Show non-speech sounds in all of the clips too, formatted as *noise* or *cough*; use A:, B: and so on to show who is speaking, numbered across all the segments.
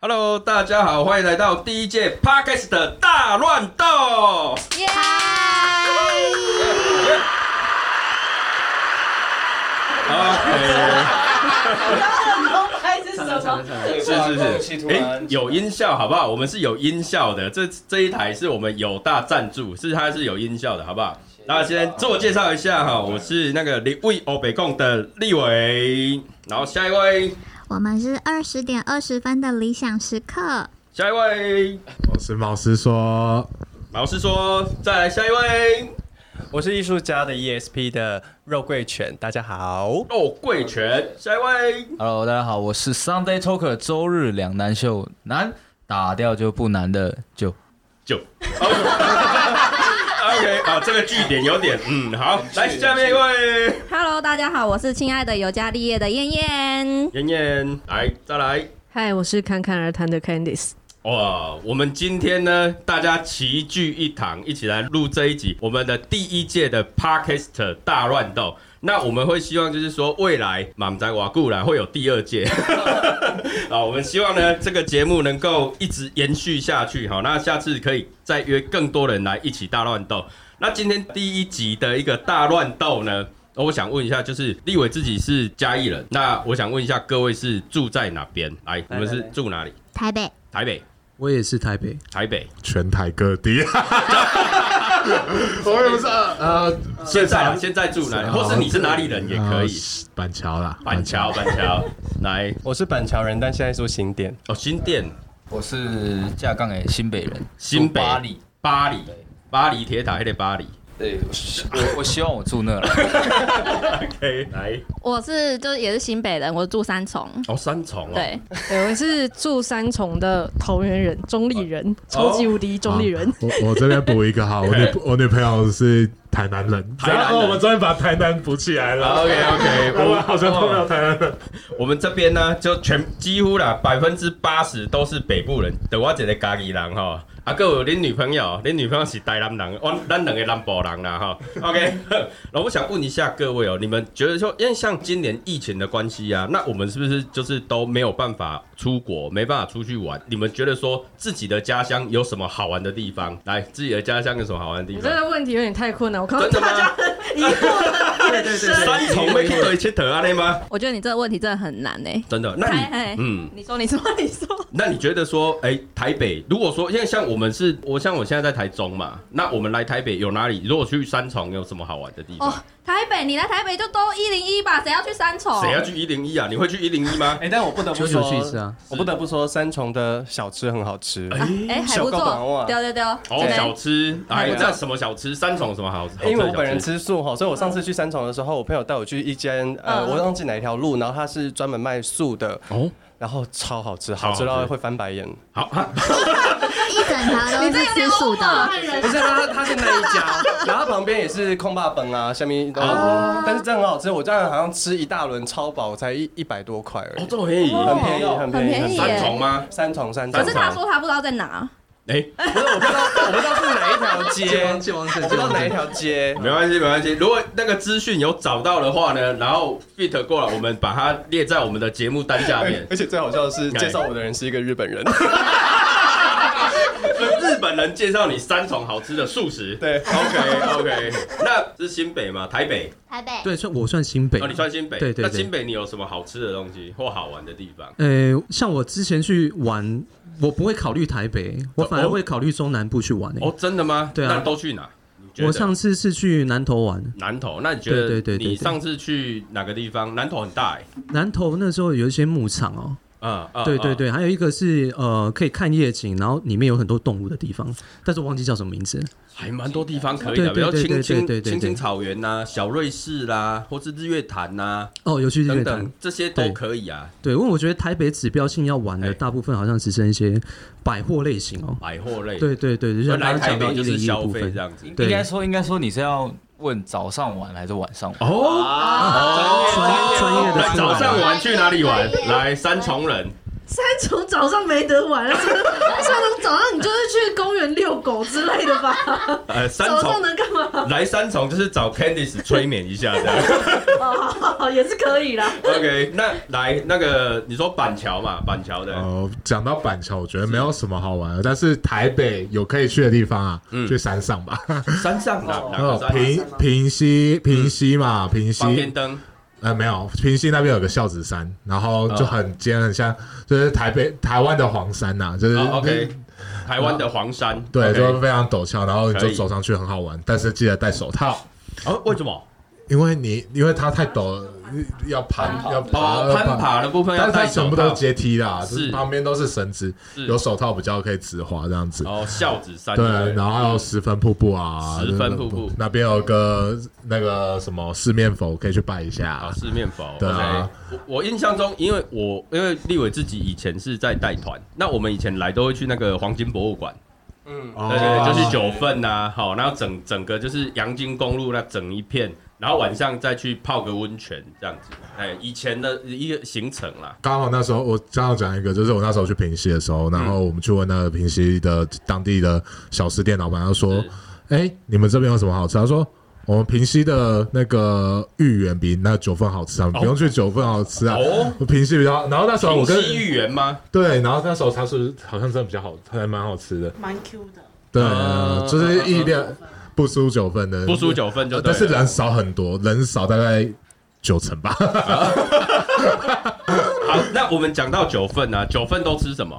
A: Hello，大家好，欢迎来到第一届 Podcast 的大乱斗。
B: 耶！
A: OK，
C: 公开是什么？
A: 哎是是是，哎，有音效好不好？我们是有音效的，这这一台是我们友大赞助，是它是有音效的，好不好？那先自我介绍一下哈，我是那个立为欧北贡的立伟，然后下一位，
B: 我们是二十点二十分的理想时刻。
A: 下一位，
D: 我是老师说，
A: 老师说，再来下一位，
E: 我是艺术家的 ESP 的肉桂犬，大家好。
A: 肉桂犬，哦下一位，
F: Hello，大家好，我是 Sunday Talker 周日两难秀，难打掉就不难的就
A: 九。OK，好，这个据点有点，嗯，好，来下面一位，
B: Hello，大家好，我是亲爱的尤加利叶的燕燕。
A: 妍妍，来，再来。
C: 嗨，我是侃侃而谈的 Candice。
A: 哇，我们今天呢，大家齐聚一堂，一起来录这一集我们的第一届的 Parkest 大乱斗。那我们会希望就是说，未来满在瓦固啦会有第二届。 *laughs* 啊，我们希望呢这个节目能够一直延续下去。好，那下次可以再约更多人来一起大乱斗。那今天第一集的一个大乱斗呢，呃我想问一下，就是立伟自己是嘉义人，那我想问一下各位是住在哪边？来，你们是住哪里？
B: 台北，
A: 台北。
G: 我也是台北，
A: 台北，
D: 全台各
C: *laughs*
D: 地，我也不是呃，
A: 现在啊现在住哪里？或是你是哪里人也可以。
D: 呃板桥啦，
A: 板桥，板桥，来
E: 我是板桥人，但现在住新店。
A: 哦，新店，
F: 我是架杠诶新北人，
A: 新北
F: 住巴黎。
A: 巴黎，巴黎铁塔还得巴黎。
F: 对，我我希望我住那了。
A: OK，来，
B: 我是就是也是新北人，我住三重。
A: 哦，三重哦，
B: 对，
C: 对，我是住三重的桃园人，中立人，
A: 哦
C: 超级无敌中立人。
D: 啊我我这边补一个哈，我
A: *laughs*
D: 女我女朋友是台南人，
A: 台南人
D: 然后我们终于把台南补起来了。
A: OK OK，
D: *laughs* 我们好像
A: 哦
D: 碰到台南人，
A: 我们这边呢，就全几乎啦，百分之八十都是北部人，得我一个家己人吼。啊，还有恁女朋友，恁女朋友是台南人，我咱两个南部人啦哈。OK，那我 *laughs* 想问一下各位哦、你们觉得说，因为像今年疫情的关系啊，那我们是不是就是都没有办法出国，没办法出去玩？你们觉得说自己的家乡有什么好玩的地方？来，自己的家乡有什么好玩的地
C: 你
A: 方
C: 这？个问题有点太困难，我刚
A: 真
C: 刚
A: 的吗
C: 大家疑惑
A: *laughs*
C: 了眼
A: 三
C: 神。
A: 重没去对佚佗安尼吗？
B: 我觉得你这个问题真的很难诶、
A: 真的？那
B: 哎
A: 你嗯。
B: 你说，你说，你说，
A: 那你觉得说，哎、台北如果说，因为像我们是，我像我现在在台中嘛，那我们来台北有哪里？如果去三重有什么好玩的地方
B: 哦？，台北，你来台北就都一零一吧，谁要去三重？
A: 谁、要去一零一啊？你会去一零一吗？
E: 哦哎、但我 *laughs* 不得不
G: 九
E: 说
G: 九去一次啊，
E: 我不得不说，三重的小吃很好吃。
A: 哎、
B: 哎、还
E: 小
B: 不
E: 高档
B: 错
E: 哇，
B: 丢丢丢，
A: 哦，
B: 对
A: 小吃，
E: 哎
A: 哎，
E: 我知道
A: 那什么小吃？三重有什么好？好
E: 因为我
A: 吃的小
E: 本人吃素哈，所以我上次去三重的时候，我朋友带我去一间呃，
B: 嗯
E: 我忘记哪一条路，然后它是专门卖素的，
A: 哦，
E: 然后超好吃，
A: 超好
E: 好
A: 吃
E: 吃到会翻白眼。
A: 好啊，
H: 一整条
B: *laughs*
H: 都是吃素的。
E: 不是啊，它它是那一家，然后它旁边也是空霸本啊，下面都有
A: 哦
E: 但是真的很好吃，我这样好像吃一大轮超饱，才一一百多块而
A: 哦
E: 已，，
A: 这么便宜，
E: 很便宜，很
B: 很
E: 便
B: 便宜
E: 宜。
B: 耶
A: 三重吗？
E: 三重三重，
B: 可是他说他不知道在哪，
A: 哎、
E: 不是我不知道，我不知道是哪一条
A: *laughs*
E: 街，
G: 借王
E: 我
G: 胜，
E: 不
G: 借
E: 知道
G: 王
E: 哪一
G: 胜，
E: 条街。
A: 没关系，没关系。如果那个资讯有找到的话呢，然后 fit 过来，我们把它列在我们的节目单下
E: *laughs*
A: 面。
E: 而且最好笑的是，介绍我的人是一个日本人，
A: 日本人介绍你三种好吃的素食。
E: 对
A: ，OK OK。那 *laughs* 是新北吗？台北？
H: 台北
G: 对，算我算新北
A: 哦，，你算新北。
G: 对对
A: 那
G: 对
A: 新北你有什么好吃的东西或好玩的地方？
G: 呃，像我之前去玩，我不会考虑台北，我反而
A: 哦
G: 会考虑中南部去玩诶。
A: 哦，真的吗？
G: 对啊
A: 那都去哪？你觉得
G: 我上次是去南投玩，
A: 南投，那你觉得？
G: 对对对对
A: 你上次去哪个地方？南投很大哎。
G: 南投那时候有一些牧场哦，
A: 嗯嗯
G: 对对。
A: 嗯
G: 对，还有一个是呃可以看夜景，然后里面有很多动物的地方，但是我忘记叫什么名字。
A: 还蛮多地方可以
G: 对
A: 的，
G: 对
A: 比如
G: 对
A: 青
G: 对
A: 青
G: 对对对
A: 青青草原呐、小瑞士啦，或是日月潭呐、
G: 哦，有去日
A: 等
G: 月潭
A: 等，，这些都
G: 对
A: 可以啊。
G: 对，因为我觉得台北指标性要玩
A: 哎
G: 的大部分好像只剩一些百货类型哦。
A: 百货类，，
G: 对对对，
A: 所
G: 就
A: 以
G: 像刚
A: 来
G: 刚
A: 台
G: 讲到
A: 北
G: 一
A: 就是
G: 零一
A: 消
G: 部
A: 费
G: 分
A: 这。样子。
G: 对
F: 应该说，应该说你是要问早上玩还是晚上玩？
A: 哦，
G: 专专业的
A: 来
G: 出来
A: 早上玩去哪里玩？
H: 专业
A: 来三重人，
C: 三重早上没得玩啊，真的三重早上你就是去公园遛狗之类的
A: *laughs*
C: 吧？
A: 呃，三
C: 早上
A: 重
C: 能干 *laughs* 嘛？
A: 来三重就是找 Candice 催眠一下的。
C: *laughs* 哦，好好也是可以啦。
A: OK，那来那个你说板桥嘛，板桥的，
D: 哦，讲到板桥，我觉得没有什么好玩的，但是台北有可以去的地方啊，
A: 嗯
D: 去山上吧。
A: 山上哪哪
D: 哦
A: 个，山？
D: 平平溪，平溪嘛，平
A: 方便
D: 溪，
A: 灯
D: 呃，没有，平溪那边有个孝子山，然后
A: 嗯
D: 就很尖，很像，就是台北台湾的黄山呐，就是嗯
A: 哦，OK 台湾的黄山，
D: 对，就
A: OK
D: 非常陡峭，然后你
A: 可
D: 就
A: 以
D: 走上去很好玩，但是记得戴手套，
A: 哦，为什么？
D: 因为你因为它太陡了，要攀要爬
A: 哦，
D: 要
A: 攀爬的部分
D: 但
A: 要
D: 是它
A: 戴
D: 呃全
A: 手
D: 部都
A: 套
D: 是。阶梯啦，
A: 是
D: 就是旁边都是绳子，
A: 是
D: 有手套比较可以直滑这样子。
A: 哦，孝子山
D: 对
A: 不，
D: 然后还有十分瀑布啊，
A: 十分瀑布
D: 那边有个那个什么四面佛，可以去拜一下
A: 啊，。四面佛。
D: 对啊
A: OK，我我印象中，因为我因为立伟自己以前是在带团，那我们以前来都会去那个黄金博物馆，
E: 嗯，
D: 哦
A: 对对，对就是九份呐，好，然后整整个就是阳金公路那整一片，然后晚上再去泡个温泉这样子，哎，以前的一个行程啦，
D: 刚好那时候我刚好讲一个，就是我那时候去平溪的时候，然后我们去问那个平溪的当地的小吃店老板，他说
A: 是：“
D: 哎，你们这边有什么好吃？”他说：“我们平溪的那个芋圆比那九份好吃啊，你不用去九份好吃啊。
A: 哦，
D: 平溪比较好。”然后那时候我
A: 平
D: 跟
A: 西芋圆吗？
D: 对，然后那时候它是好像真的比较好，还蛮好吃 *laughs* 的。
I: 蛮 Q 的，
D: 对，
A: 啊
D: 就是意料不输九份的，
A: 不输九份就对
D: 呃但
A: 了，
D: 是人少很多，人少大概九成吧。
A: 好，那我们讲到九份啊，九份都吃什么？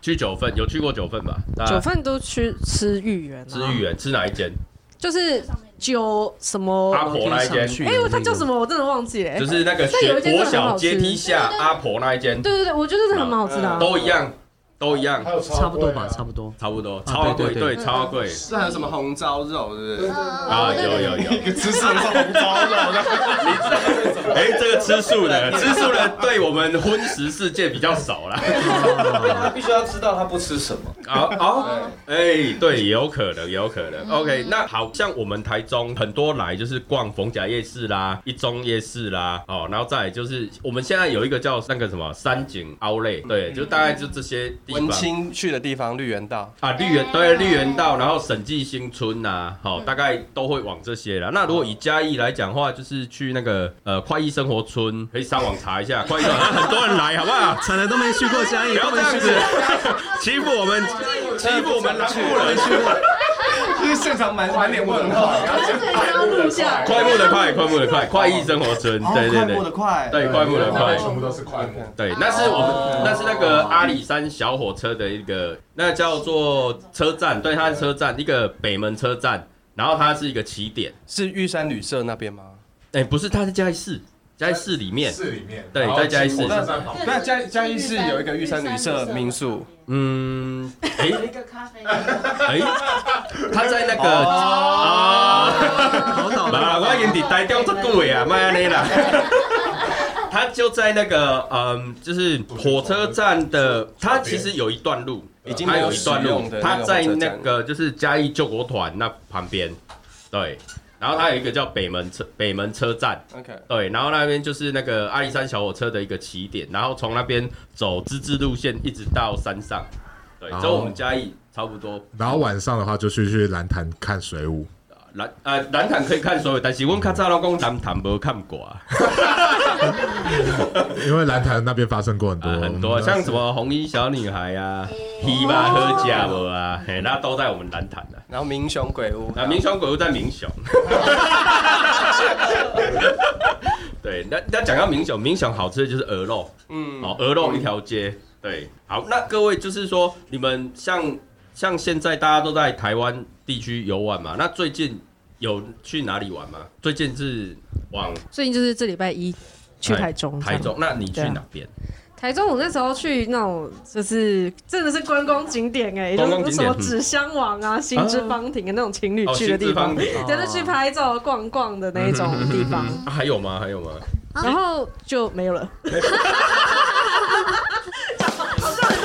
A: 去九份有去过九份吧？大家
C: 九份都去吃芋圆、啊，
A: 啊吃芋圆，吃哪一间？
C: 就是九什么？
A: 阿
E: 哦
A: 婆那一间，
C: 哎、哦我它叫什么？我真的忘记了、欸。
A: 就是那个
C: 那
A: 学国
C: 有一间真的很
A: 小
C: 好吃
A: 阶梯下阿婆那一间，
C: 对对对，我觉得这很蛮好吃的、啊。
A: 都一样，都一样，
D: 有
G: 差不多吧，差不多。
A: 差不多，
D: 啊
A: 超
G: 对
A: 贵，
G: 对
A: 对，
G: 对
A: 超贵
E: 是还有什么红烧肉，是不
A: *laughs*
E: 是？
H: 呃
C: 哦
A: 啊！有有有，
E: 一个吃什么红烧肉 *laughs* 的？
A: 哎，这个吃素的，吃素的对我们荤食世界比较少啦。
E: 啊他必须要知道他不吃什么。
A: 好好，
E: 对。
A: 哎，对，也有可能，也有可能。OK，那好像我们台中很多来就是逛逢甲夜市啦、一中夜市啦，哦，然后再来就是我们现在有一个叫那个什么三井凹类，对，就大概就这些地
E: 文
A: 方。
E: 青去的地方，绿园道。
A: 啊，绿园对绿园道，然后审计新村呐、好、大概都会往这些啦。那如果以嘉义来讲的话，就是去那个呃快意生活村，可以上网查一 *laughs* 下快意生活村，很多人来，好不好？
G: 惨了，都没去过嘉
A: 不
G: 义，
A: 要这
G: 都没
A: 样
G: 去
A: 子
G: 过。
A: 欺负我们，欺负我们南部人，
E: 就是现场满满脸问号，
C: 录下
A: 快木的快，快木的快，快意生活村，
E: 哎
A: 对对对
E: 的快，
A: 对，哦快哦木的快。
D: 全部都是快木。
A: 对，那是我们，那是那个阿里山小火车的一个，那叫做车站，对，它是车站，一个北门车站，然后它是一个起点，
E: 是玉山旅社那边吗？
A: 哎、不是，它是嘉义市，嘉义市里面，
D: 市里面
A: 对在嘉义市
E: 那嘉嘉义市有一个玉山旅社民宿，
A: 嗯，哎、
I: 有一个咖啡， *laughs* 那
A: 哎、他在那个
G: 好
A: 啊，
G: 倒
A: 不
G: 霉。
A: 啦，我已经伫台中这久的啊，莫安尼啦。他就在那个嗯，就是火车站的，他其实有一段路，
E: 已经
A: 它
E: 没
A: 有
E: 啊有
A: 一
E: 使
A: 段路
E: 用的，
A: 他
E: 那个
A: 在
E: 火车
A: 那
E: 站
A: 个就是嘉义救国团那旁边，对，然后他有一个叫北门车北门车站，
E: ，OK，
A: 对，然后那边就是那个阿里山小火车的一个起点，然后从那边走自治路线一直到山上，对，
D: 哦
A: 走我们嘉义差不多。
D: 然后晚上的话就去去蓝潭看水舞，
A: 蓝呃蓝潭可以看所有，但是我们较早拢讲蓝潭无看过啊，
D: 因为蓝潭那边发生过很多嗯
A: 啊很多像什么红衣小女孩啊、希巴喝假无啊，嘿，那都在我们蓝潭啊。
E: 然后民雄鬼屋，
A: 啊，民雄鬼屋在民
E: *laughs*
A: 雄。对，那那讲到民雄，民雄好吃的就是鹅肉，
E: 嗯
A: 哦，鹅肉一条街。对，好，那各位就是说，你们像像现在大家都在台湾地区游玩嘛，那最近有去哪里玩吗？最近是往
C: 最近就是这礼拜一去台中，
A: 台中，那你去
C: 对啊
A: 哪边？
C: 台中，我那时候去那种就是真的是观光景点哎、
A: 观光
C: 就
A: 景
C: 是什
A: 点嗯
C: 么纸箱网啊、行之芳庭的那种情侣
A: 哦，
C: 啊去的地方，
A: 新之芳
C: 真的去拍照、逛逛的那种地方，
A: 啊 *laughs* 还有吗？还有吗？
C: 然后就没有了。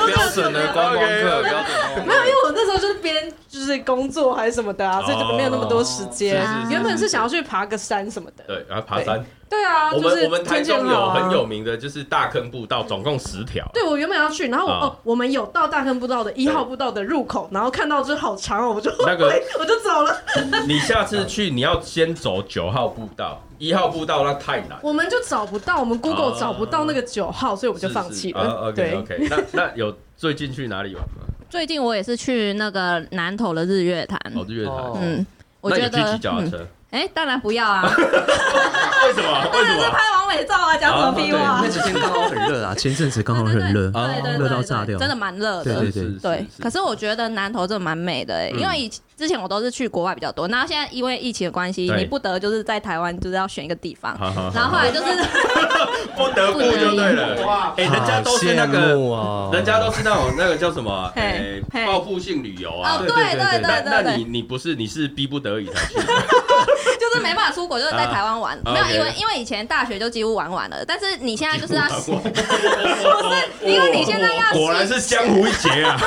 A: 标准的观光客，标准
C: 没有，因为我那时候就是边就就是工作还是什么的
A: 哦
C: 啊，所以就没有那么多时间
H: 是是。是
C: 原本是想要去爬个山什么的，
A: 对，然后爬山。
C: 对啊，
A: 我
C: 就
A: 们
C: 是
A: 我们台
C: 天气
A: 中
C: 好
A: 有
C: 啊
A: 很有名的就是大坑步道，总共十条。
C: 对，我原本要去，然后我、
A: 啊
C: 哦，我们有到大坑步道的一号步道的入口，然后看到这好长哦，我就
A: 那个
C: *laughs* 我就走了。
A: 你下次去你要先走九号步道，一号步道那太难。
C: 我们就找不到，我们 Google
A: 啊
C: 找不到那个九号，所以我
A: 我
C: 就放弃
A: 啊
C: 了。
A: OK
C: 对，
A: OK，那那有最近去哪里玩吗？
B: 最近我也是去那个南投的日月潭，
A: 哦，日月潭。
B: 嗯，我
A: 那
B: 觉
A: 有去
B: 得
A: 骑，脚踏
B: 嗯
A: 车？
B: 哎，当然不要啊，
A: 为什么？ *laughs* 为什
B: 当 *laughs* 然是
A: 么？
B: 拍完美照啊，讲什么屁
G: 对，
B: 话
G: 那？几天刚好很热啊，前阵子刚好
B: 对对
G: 很热，啊
E: *laughs* 啊
B: 对对对
G: 热到
B: 对
G: 炸掉。
B: 真的蛮热
G: 对
B: 的
G: 对。
B: 对，可
A: 是
B: 是我觉得南投真的蛮美的、欸，
A: 嗯
B: 因为以之前我都是去国外比较多，然后现在因为疫情的关系，
A: 对
B: 你不得就是在台湾就是要选一个地方，
A: 好好好
B: 然后后来就是
A: *laughs* 不得不就对了。哎，人家都是那
E: 好羡
A: 个，
E: 慕啊
A: 人家都是那种那个叫什么？哎
B: 嘿，嘿
A: 报复性旅游啊
B: 哦，。对对
A: 那
B: 对对
A: 那你
B: 对，
A: 你不是你是逼不得已才去的，
B: 就是没办法出国，就是在台湾玩，
A: 啊
B: 没有
A: OK
B: 因为因为以前大学就几乎玩完了，但是你现在就是
A: *laughs*
B: 要，
A: 不
B: 你
A: 是
B: 因为你现在要
A: 哦果然是江湖一劫啊。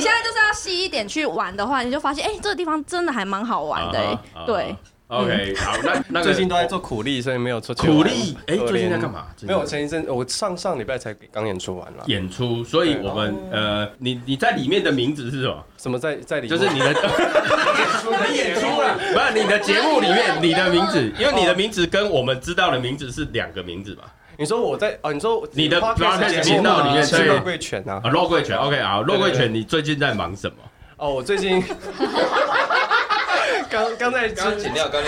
B: 现在就是要细一点去玩的话，你就发现哎、这个地方真的还蛮好玩的、欸
A: 啊，哈
B: 对。。嗯
A: 啊哈 OK，好，那那个
E: 最近都在做苦力，所以没有出去玩。
A: 苦力。哎，
E: 可怜
A: 最近在干？嘛？
E: 没有，我前一阵我上上礼拜才刚演出完了。
A: 演出，所以我们呃，你你在里面的名字是什么？
E: 什么在在里面？
A: 就是你
E: *laughs*
A: 的
E: 你演出了，
A: 不是你的节目里面你的名字，因为你的名字跟我们知道的名字是两个名字嘛。
E: 你说我在哦，你说
A: 你的 podcast
E: podcast 啊
A: 频道里面
E: 是
A: 对
E: 肉桂犬啊？
A: 啊，肉桂犬，OK 好，肉桂
E: 对
A: 犬，你最近在忙什么？
E: 哦，我最 *laughs* 近刚刚在刚剪掉，刚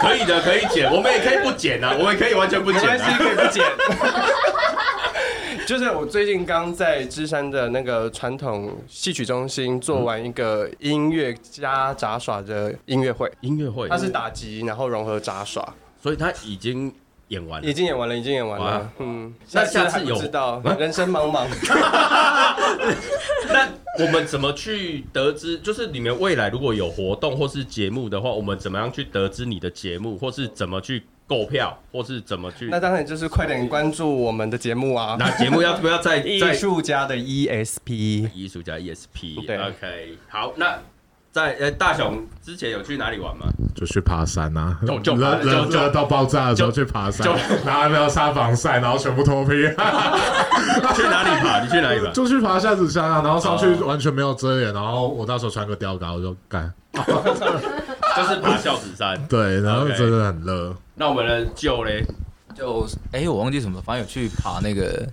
A: 可以的，可以剪，我们也可以不剪啊，我们也可以完全不
E: 没
A: 剪
E: 关系，
A: 啊。
E: 可以不剪。 *laughs* 就是我最近刚在芝山的那个传统戏曲中心
A: 嗯
E: 做完一个音乐加杂耍的音乐会，
A: 音乐会，
E: 它是打击，然后融合杂耍，
A: 所以他已经演完了
E: 已。经演完了，已经演完
A: 哇
E: 了。嗯，
A: 那下次
E: 还不
A: 有 *laughs*
E: 知道
A: 啊，
E: 人生茫茫。
A: 那我们怎么去得知？就是你们未来如果有活动或是节目的话，我们怎么样去得知你的节目，或是怎么去购票，或是怎么去？
E: 那当然就是快点关注我们的节目啊！
A: 那节目要 *laughs* 不要再
E: 艺
A: 再
E: 术家的 E ESP，
A: 艺术家 ESP，
E: 对
A: OK，好，那在呃大雄之前有去哪里玩
F: *laughs*
A: 吗？
D: 就去爬山啊，
A: 就就
D: 热
A: 就
D: 热
A: 就
D: 热到爆炸的时候去爬山
A: 就，
D: 拿那个沙防晒，然后全部
A: *laughs*
D: 脱皮，
A: 去哪里爬？你去哪里
F: *laughs*
A: 爬？
D: 就去爬下子山啊，然后上去
A: 哦
D: 完全没有遮掩，然后我那时候穿个吊嘎，我就干，
A: 就是爬孝子山。
D: 对，然后
A: OK
D: 真的很热，
A: 那我们的舅嘞，
F: 就哎、我忘记什么，反正有去爬那个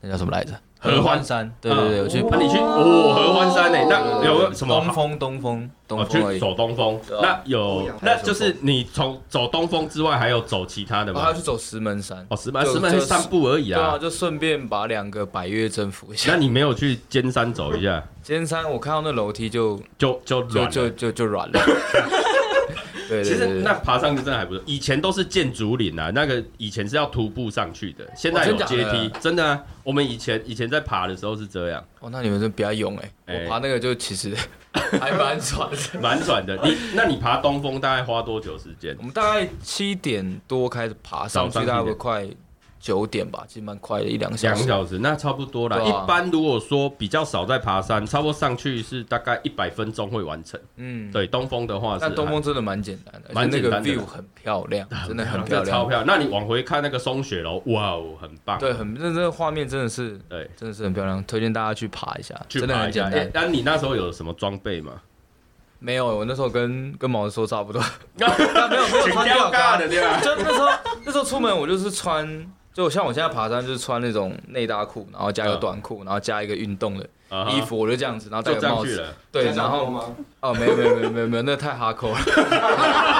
F: 那叫什么来着？
A: 合欢
F: 山，对对对，我去
A: 那呃你去哦合欢山嘞？那有个什么
F: 呃东？风东风
A: 哦，
F: 东风而
A: 去
F: 已。
A: 走东风，
F: 对啊
A: 那有，那就是你从走东风之外，还有走其他的
F: 然后还
A: 吗
F: 哦要？去走石门山，
A: 哦，石门
F: 就
A: 石门
F: 就
A: 散步而已
F: 对啊，
A: 啊。
F: 就顺便把两个百越征服一
A: 那
F: 下。
A: 你没有去尖山走一下，
F: 尖山我看到那楼梯就
A: 就就
F: 就
A: 软了
F: 就就就软了。
A: *laughs*
F: 对对对
A: 其实
F: 对
A: 那爬上去真的还不错，以前都是建竹林啊，那个以前是要徒步上去的，现在有阶
F: 哦真
A: 梯
F: 假，
A: 真的啊。我们以前以前在爬的时候是这样，
F: 哦，那你们真比较勇哎、
A: 哎
F: 我爬那个就
A: *laughs*
F: 其实还蛮喘的。
A: 蛮喘的。你那你爬东峰大概花多久时间
F: 我？们大概七点多开始爬
A: 早
F: 上
A: 上
F: 去，大
A: 七
F: 概
A: 点
F: 快九点吧，其实蛮快的，一两个小
A: 两
F: 时。
A: 小时，那差不多啦。
F: 对啊
A: 一般如果说比较少在爬山，差不多上去是大概一百分钟会完成。
F: 嗯，。
A: 对，东峰的话是
F: 但东峰真的蛮简单的，
A: 蛮
F: 而且那
A: 简
F: 个
A: 单的
F: view 很漂
A: *laughs*
F: 亮，真的很
A: 真
F: 漂
A: 的超
F: 亮。
A: 漂亮。那你往回看那个松雪楼，哇哦，很棒。
F: 对，很那这个画面真的是
A: 对，
F: 真的是很漂亮，推荐大家去爬一下，
A: 去
F: 真的
A: 爬
F: 很
A: 一下。
F: 简
A: 哎
F: 单。
A: 那你那时候有什么装备
F: *laughs*
A: 吗？
F: 没有，我那时候跟跟毛子说差不多，
A: *laughs* 没有没有
F: 穿
A: 嘎
F: 吊嘎
A: 的对吧？
F: 就那时候那时候出门我就是穿，就像我现在爬山就是穿那种内搭裤，然后加个
A: 嗯
F: 短裤，然后加一个运动的
A: 啊哈
F: 衣服，我就这样子，然后戴
A: 就
F: 个
A: 上
F: 帽
A: 去
F: 子，
A: 了。
F: 对，然后
E: 吗？
F: 哦，没有没有没有没有没有，那太哈扣了。 *laughs*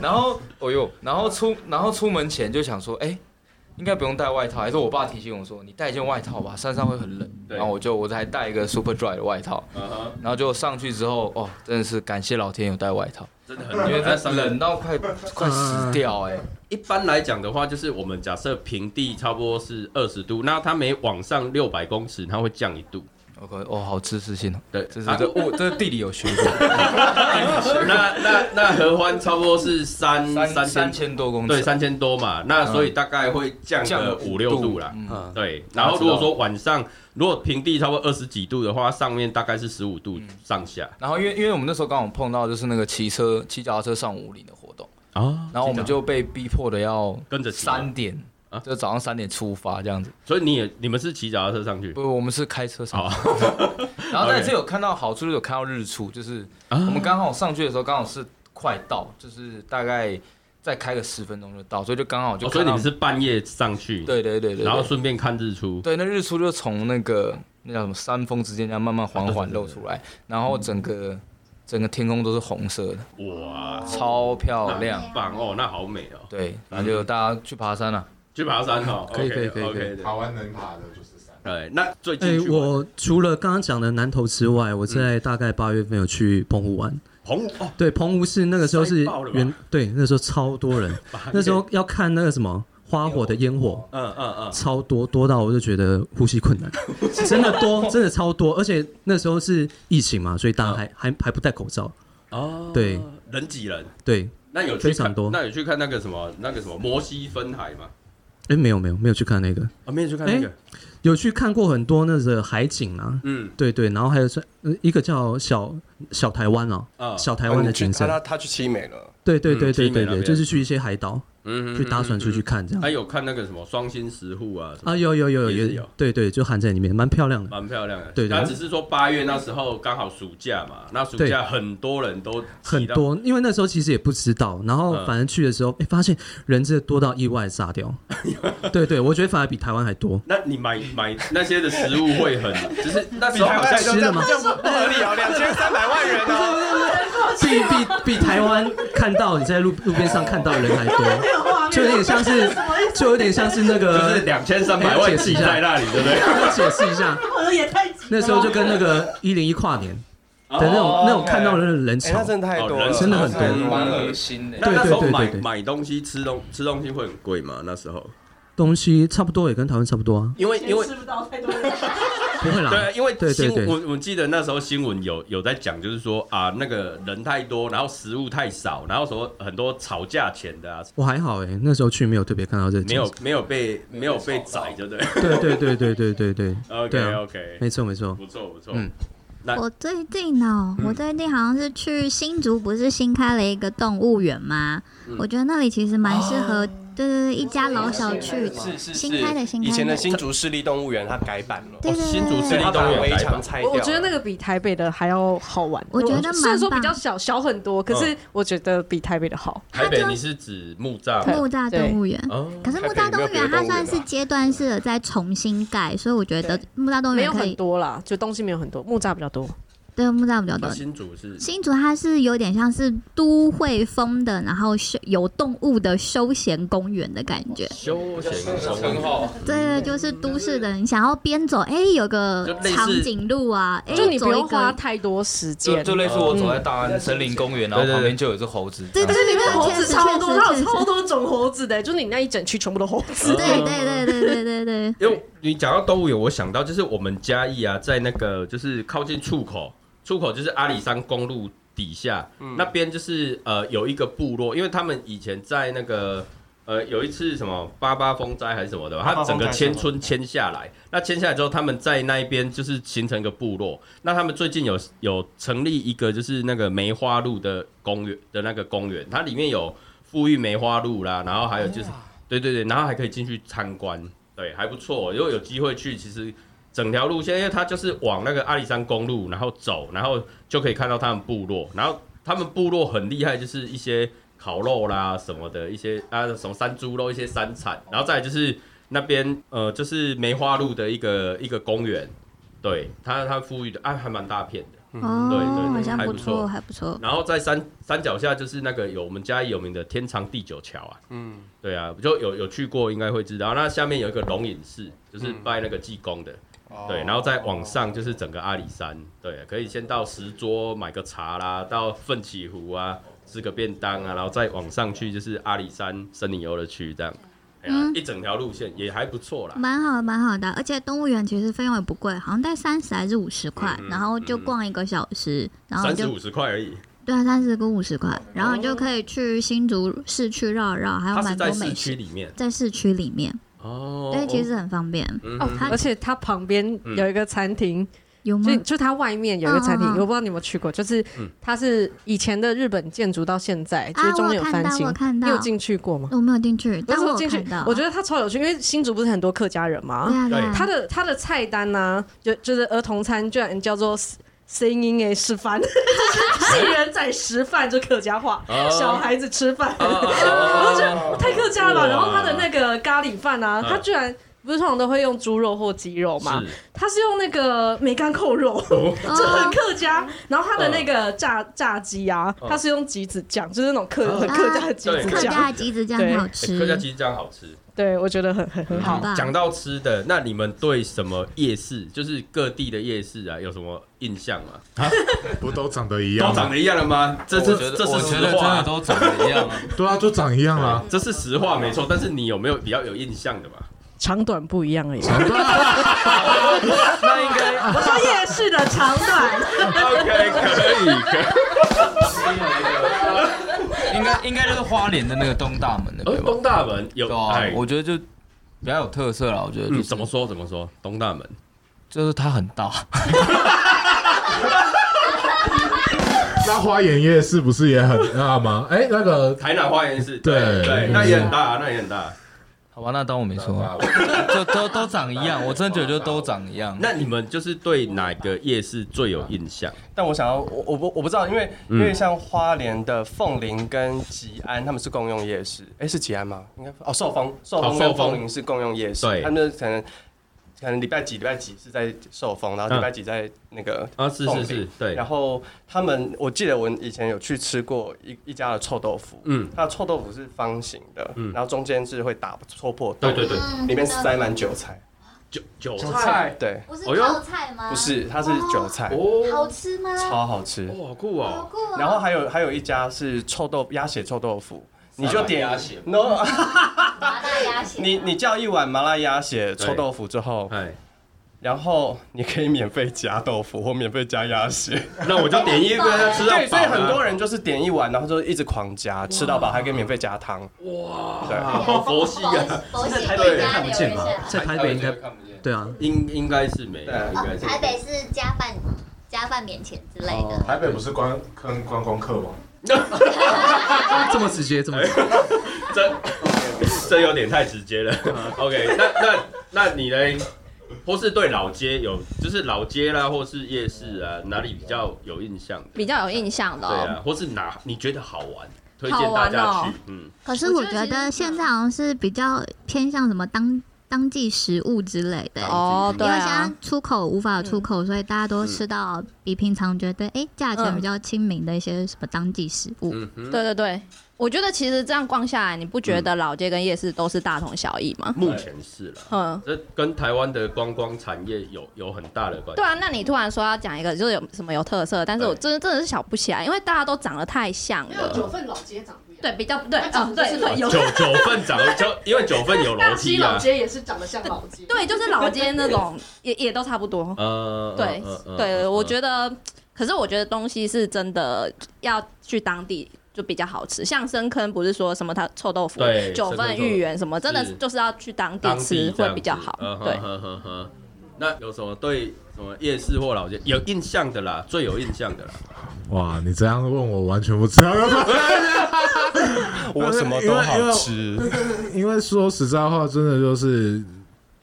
F: 然后，哦呦，然后出然后出门前就想说，哎，应该不用带外套，还是我爸提醒我说，你带一件外套吧，山上会很冷。
A: 对
F: 然后我就我还带一个 Super Dry 的外套，
A: 嗯哼
F: 然后就上去之后，哦，真的是感谢老天有带外套，
A: 真的
F: 因
A: 很
F: 为
A: 在
F: 真
A: 上
F: 的
A: 冷
F: 冷。到
A: *laughs*
F: 快快死掉哎、
A: 一般来讲的话，就是我们假设平地差不多是二十度，那它每往上六百公尺，它会降一度。
F: 我靠，哦，好知识性哦。
A: 对
F: 这是
A: 啊
F: 这我这地理有学过，
A: 那那那合欢差不多是 *laughs* 三
F: 三
A: 千
F: 三千多公尺，
A: 对，三千多嘛，那所以大概会降
F: 降
A: 个
F: 了
A: 五六度啦。
F: 嗯
G: 嗯，
A: 对，然后如果说晚上如果平地差不多二十几度的话，上面大概是十五度
F: 嗯
A: 上下
F: 然后因为因为我们那时候刚好碰到就是那个骑车骑脚踏车上五岭的活动，
A: 啊
F: 然后我们就被逼迫的要
A: 跟着骑吗
F: 三点
A: 啊，
F: 就早上三点出发这样子。
A: 所以你也你们是骑脚踏车上去
F: 不，我们是开车上
A: 哦。
F: *laughs*
A: 啊
F: 然后但是有看到好处，就是有看到日出，就是我们刚好上去的时候刚好是快到，就是大概再开个十分钟就到，所以就刚好就
A: 哦所以
F: 看
A: 你
F: 到。
A: 们是半夜上去，
F: 对对对对，对
A: 然后顺便看日出。
F: 对，那日出就从那个那叫什么山峰之间这样慢慢缓缓露出
A: 啊
F: 来，然后整个整个天空都是红色的，
A: 哇，
F: 超漂亮。
A: 很棒哦，那好美哦，
F: 对，然后就大家去爬山啊了、
A: 去爬山哦，
G: 可以
A: OK，
G: 可以可以
A: OK，
G: 可
A: 对
G: 以
D: 台湾能爬的就是山。
A: 对，那最
G: 哎、
A: 近去玩嗯
G: 我除了刚刚讲的南投之外，我在大概八月份有去澎湖玩。
A: 红哦，
G: 对，澎湖是那个时候
A: 塞
G: 是
A: 爆了吧
G: 原对，那时候超多人，那时候哦要看那个什么花火的烟火，
A: 嗯嗯嗯，
G: 超多多到我就觉得呼吸困
C: *laughs*
G: 难，真的多，真的超多，而且那时候是疫情嘛，所以
C: 啊
G: 大家还、还还不戴口罩，
A: 哦，
G: 对，
A: 人挤人。
G: 对，
A: 那有去
G: 非常
A: 看
G: 多
A: 那有去看那个什么那个什么摩西分海吗？
G: 哎、没有没有没有去看那个，
A: 啊，没有去看
G: 那个，有去看过很多那个海景啊，
A: 嗯
G: 对对，然后还有是呃一个叫小小台湾啊，
A: 啊，
G: 小台湾的景色
E: 他，他他去七美了，
G: 对对
A: 嗯
G: 对对
A: 西美
G: 对
A: 那
G: 对，
A: 边
G: 就是去一些海岛
A: 嗯
G: 去搭船出去，看这
A: 还
G: 样。
A: 有看那个什么双星石户啊，什么
G: 啊，有有有
A: 也
G: 有
A: 是有
G: 有，对对，就含在里面，蛮漂亮的。
A: 蛮漂亮的。
G: 对对
A: 那只是说八月那时候刚好暑假嘛，那暑假很多人都
G: 很
A: 骑到，
G: 多，因为那时候其实也不知道，然后
A: 嗯
G: 反正去的时候，哎、发现人真的多到意外
A: *laughs*
G: 炸掉。对对，我觉得反而比台湾还多。
A: 那你买买那些的食物会很，只是那时候好像
E: 像
G: 吃的吗
E: 这样不合理哦，两千三百万人哦。
G: *laughs* 比比比台湾看到你在路路边上看到的人
A: *laughs*
G: 还多，就有
I: *laughs*
G: 点像是，就有点像是那
A: 就
G: 个
A: 是，两千三百
G: 哎
A: 万挤在那里，对不对？
G: 解释一下，那时候就跟那个一零一跨年的
A: Oh，
G: 那种那种看到的人
E: 哎，
G: 潮
E: 那，真的太多
A: 哦
E: 了，
A: 人真的
G: 很多
E: 太了
F: 蛮恶心的。
A: 那那时候
G: 对对对
A: 买
G: 对对
A: 买东西吃东吃东西会很贵吗？那时候，
G: 东西差不多也跟台湾差不多啊，
A: 因为因为
G: 不会
A: 对啊
G: 啦，，
A: 因为
G: 对对
A: 新
G: 对
A: 我我记得那时候新闻有有在讲，就是说啊，那个人太多，然后食物太少，然后说很多吵价钱的啊，
G: 我还好哎、那时候去没有特别看到这个景
A: 没
G: 色
A: 有没有被没有被宰，对不对
G: 对对对对对对对，
A: *laughs*
G: 对
A: ？OK
G: 啊，
A: OK，
G: 没错没错，
A: 不错不错，
F: 嗯
H: 我最近哦，我最近好像是去新竹，不是新开了一个动物园吗？我觉得那里其实蛮适合，对对对，一家老小去的。
E: 是是是
H: 新开的新开的
E: 以前的新竹市立动物园它改版了，
H: 对对
A: 新竹市立
H: 对对
E: 所以
H: 对，
E: 它把
A: 动物园
E: 围
A: 改版
E: 墙拆掉了。
C: 哎我觉得那个比台北的还要好玩。
H: 我觉得
C: 虽然说
H: 蛮棒
C: 比较小小很多，可
A: 嗯
C: 是我觉得比台北的好。
A: 台北你是指木栅吗？
H: 木栅动物园。
A: 哦，
H: 可是木栅动物园它算是阶段式的在重新盖，所以我觉得
C: 对
H: 木栅动物
C: 没
H: 园
C: 有
H: 哦可
C: 很
H: 以
C: 多啦，就东西没有很多，木栅比较多。
H: 对木栅比较多
A: 那。新竹是
H: 新竹它是有点像是都会风的，然后休有动物的休闲公园的感觉。
A: 休闲
F: 称
A: 公
F: 号，
H: 对对，就是都市的，你想要边走，哎，有
A: 就
H: 个
A: 类似
H: 长颈鹿啊，哎，
C: 就你不
H: 走一
C: 用花
H: 个，
C: 太多时间
F: 就，就类似我走在大安森林公园，然后旁边就有一只猴子，
H: 嗯对对
C: 这
H: 对
C: 里面
H: 对，
C: 猴
H: 确
C: 子
H: 实
C: 超多，它
H: 确
C: 有
H: 实
C: 超
H: 确实，
C: 多种猴子的，就是你那一整区全部都猴子。
H: 对对对对对对
A: *laughs*
H: 对
A: 因为你讲到动物园，我想到就是我们嘉义啊，在那个就是靠近出口，出口就是阿里山公路底下、
E: 嗯
A: 那边，就是呃有一个部落，因为他们以前在那个呃有一次什么八八风灾还是什么的吧，
E: 八
A: 他
E: 八
A: 整
E: 风灾
A: 个迁村迁下来，那迁下来之后，他们在那一边就是形成一个部落。那他们最近有有成立一个就是那个梅花鹿的公园的那个公园，它里面有富裕梅花鹿啦，然后还有就是对对对，然后还可以进去参观，对，还不错。哦如果有机会去，其实整条路线，因为它就是往那个阿里山公路，然后走，然后就可以看到他们部落。然后他们部落很厉害，就是一些烤肉啦什么的，一些啊什么山猪肉，一些山产，然后再来就是那边呃就是梅花鹿的一个一个公园，对，它它富裕的啊还蛮大片的。
H: 对，
A: 嗯对对
H: 哦
A: 对，
H: 好像
A: 还
H: 不
A: 不错
H: 错，还不错。
A: 然后在山山脚下就是那个有我们家有名的天长地久桥啊，
E: 嗯，
A: 对啊，就有有去过应该会知道。那下面有一个龙隐寺，就是拜那个济公的，
C: 哦
E: 哦
A: 对，然后再往上就是整个阿里山，对，可以先到石桌买个茶啦，到奋起湖啊吃个便当啊，然后再往上去就是阿里山森林游乐区这样。哎、哎呀，一整条路线也还不错啦。
H: 蛮好蛮好的，而且动物园其实费用也不贵，好像在三十还是五十
A: 嗯
H: 块，然后就逛一个小时，然后
A: 三十
H: 就
A: 五十块而已，
H: 对啊，三十跟五十块，然后你就可以去新竹市区绕一绕，还有
A: 它是
H: 蛮多
A: 在市
H: 美
A: 区
H: 食，
A: 里面
H: 在市区里面，
A: 哦。
H: 对，其实很方便。
A: 嗯
C: 哦
A: 哼，
C: 而且它旁边有一个餐厅，
H: 有吗
C: 就？就它外面有一个餐厅，
H: 嗯嗯嗯嗯
C: 我不知道你有没有去过，就是
A: 嗯
C: 它是以前的日本建筑到现在，就
H: 啊
C: 是，中
H: 我
C: 间有
H: 看
C: 翻
H: 到，
C: 新
H: 我，看
C: 你
H: 到
C: 有，进去过吗？
H: 哦我没有进去，
C: 不
H: 但
C: 是
H: 我有
C: 进去
H: 看到，，
C: 我觉得它超有趣，因为新竹不是很多客家人
H: 对
C: 吗？
H: 啊对
A: 对
H: 啊，
C: 它的它的菜单呢，就就是儿童餐居然叫做 s- 声音诶示范，就是杏仁仔食饭就客家话，
A: 哦
C: 小孩子吃饭。
A: 我就觉得
C: 太客家了吧？
A: 哇
C: 然后他的那个咖喱饭啊
A: 嗯，
C: 他居然不是通常都会用猪肉或鸡肉嘛？
A: 是
C: 他是用那个梅干扣肉，
H: 哦
C: 这很客家。然后他的那个炸炸鸡啊，
A: 嗯
C: 他是用橘子酱，就是那种客很
H: 啊
C: 客家的橘
A: 对
C: 子
H: 客
C: 酱。
H: 家的橘子酱
C: 对
H: 很好
A: 欸客家
H: 吃，
A: 鸡酱好吃。
C: 对，我觉得很很很好。
H: 棒
A: 嗯讲到吃的，那你们对什么夜市，就是各地的夜市啊，有什么印象吗？
D: 不都长得一
A: 都
D: 样
A: 长
D: 吗？
A: 得一样了吗？这
F: 我
A: 这
F: 觉得
A: 这
F: 我
A: 是
F: 觉
A: 实
F: 得真
A: 话
F: 的，都长得一样啊。
D: 对啊，就长一样啦。
A: 这是实话没错。但是你有没有比较有印象的嘛？
C: 长短不一样而已。 *laughs*
F: 那应该
C: 我说夜市的长短，
A: OK，可以，可以。
F: *laughs* 应该应该就是花莲的那个东大门的
A: 呃，
F: 吧？
A: *laughs* 东大门有
F: *laughs*
A: 哎
F: 对啊，我觉得就比较有特色啦。我觉得就
A: 嗯，
F: 是
A: 怎么说怎么说？东大门，
F: 就是它很大， *laughs*
D: 那花园夜市不是也很大吗？哎，那个
A: 台南花园市，
D: 对
A: 对，那也很大，啊那也很大。
F: 好吧？那当我没说啊， *laughs* 就都都长一样。我真的觉得就都长一样。
A: 那你们就是对哪个夜市最有印象？
E: 但我想要，我我不我不知道，因为
A: 嗯
E: 因为像花莲的凤林跟吉安，他们是共用夜市，哎、是吉安吗？应该哦，寿丰寿丰
A: 寿
E: 跟
A: 丰
E: 凤林是共用夜市，
A: 对
E: 他们可能可能礼拜几礼拜几是在寿丰，然后礼拜几在那个
A: 嗯啊，是
E: 凤
A: 是
E: 梨
A: 是，对
E: 然，后他们，我记得我以前有去吃过一一家的臭豆腐，
A: 嗯，
E: 它的臭豆腐是方形的，
A: 嗯
E: 然后中间是会打戳破洞，
A: 对对对，
H: 嗯
E: 里面塞满韭菜，
A: 韭韭
E: 韭，菜对，
H: 不是
A: 哦哟
H: 泡菜吗？
E: 不是，它是韭菜，
H: 好
A: 哦，
H: 吃吗？
E: 超好吃。
A: 哇，好酷
H: 好
A: 哦，
H: 酷哦！
E: 然后还有还有一家是臭豆鸭血臭豆腐，你就点
F: 麻辣鸭血
E: no， *laughs*
H: 麻辣鸭血，
E: 你你叫一碗麻辣鸭血臭豆腐之后，
A: 哎，
E: 然后你可以免费加豆腐或免费加鸭血，
A: 那我就点一个要吃到
E: 对，所以
A: 饱，啊
E: 很多人就是点一碗，然后就一直狂加，吃到饱还可以免费加汤，对。
A: 啊好佛系啊，
H: 佛系
A: 台北
H: 加
G: 看不
H: 牛
G: 见
H: 肉
G: 吧
H: 馅？
G: 在台北应该
F: 看不见。
G: 对啊，
A: 应应该是没有，
B: 啊
A: 应
E: 对
A: 该
H: 哦
A: 是
H: 台北是加饭加饭免钱之类的，
D: 台北不是观跟观光客吗？
G: 这么直接，这么直接
A: 这这有点太直接了。OK，那
G: 啊
A: *laughs* 那那你嘞，或是对老街有，就是老街啦，或是夜市啊，哪里比较有印象的？
B: 比较有印象的、
A: 对
B: 哦。
A: 啊，或是哪你觉得好玩，推
B: 好
A: 荐大
B: 玩
A: 家
B: 哦
A: 去。嗯，
H: 可是我觉得现在好像是比较偏向什么当当季食物之类的。
B: 哦，
H: 因
B: 对
H: 为现在
B: 啊，
H: 出口无法出口，所以大家都吃到比平常觉得哎价钱比较亲民的一些什么当季食物。
A: 嗯哼，
B: 对对对，我觉得其实这样逛下来，你不觉得老街跟夜市都是大同小异吗？
A: 目前是啦。
B: 嗯，
A: 这跟台湾的观光产业有有很大的关系
B: 对。啊。那你突然说要讲一个，就是有什么有特色，但是我
A: 对嗯
B: 真的真的是想不起来，因为大家都长得太像了。
C: 份老街长不一样，
B: 对，比较对，
C: 它长
B: 哦，
C: 得就是
B: 对对，有
A: 九九份长就因为九份有
B: *laughs*
A: 楼梯啊，
C: 街也是长得像老街对，
B: 对，就是老街那种， *laughs* 也也都差不多。
A: 呃，
B: 对对，
A: 嗯
B: 我觉得，可是我觉得东西是真的要去当地就比较好吃，像深坑不是说什么它臭豆腐
A: 对、
B: 九
A: 深坑
B: 份
A: 臭豆腐
B: 芋圆什么，真的
A: 是
B: 就是要去当地
A: 当
B: 吃
A: 地这
B: 会
A: 样
B: 比较
A: 子
B: 好
A: 嗯。
B: 对
A: 哼，哼哼哼那有什么对什么夜市或老街有印象的啦？最有印象的啦，
D: 哇，你这样问我完全不知道。 *laughs*
E: 我什么都好吃，
D: 因为说实在话，真的就是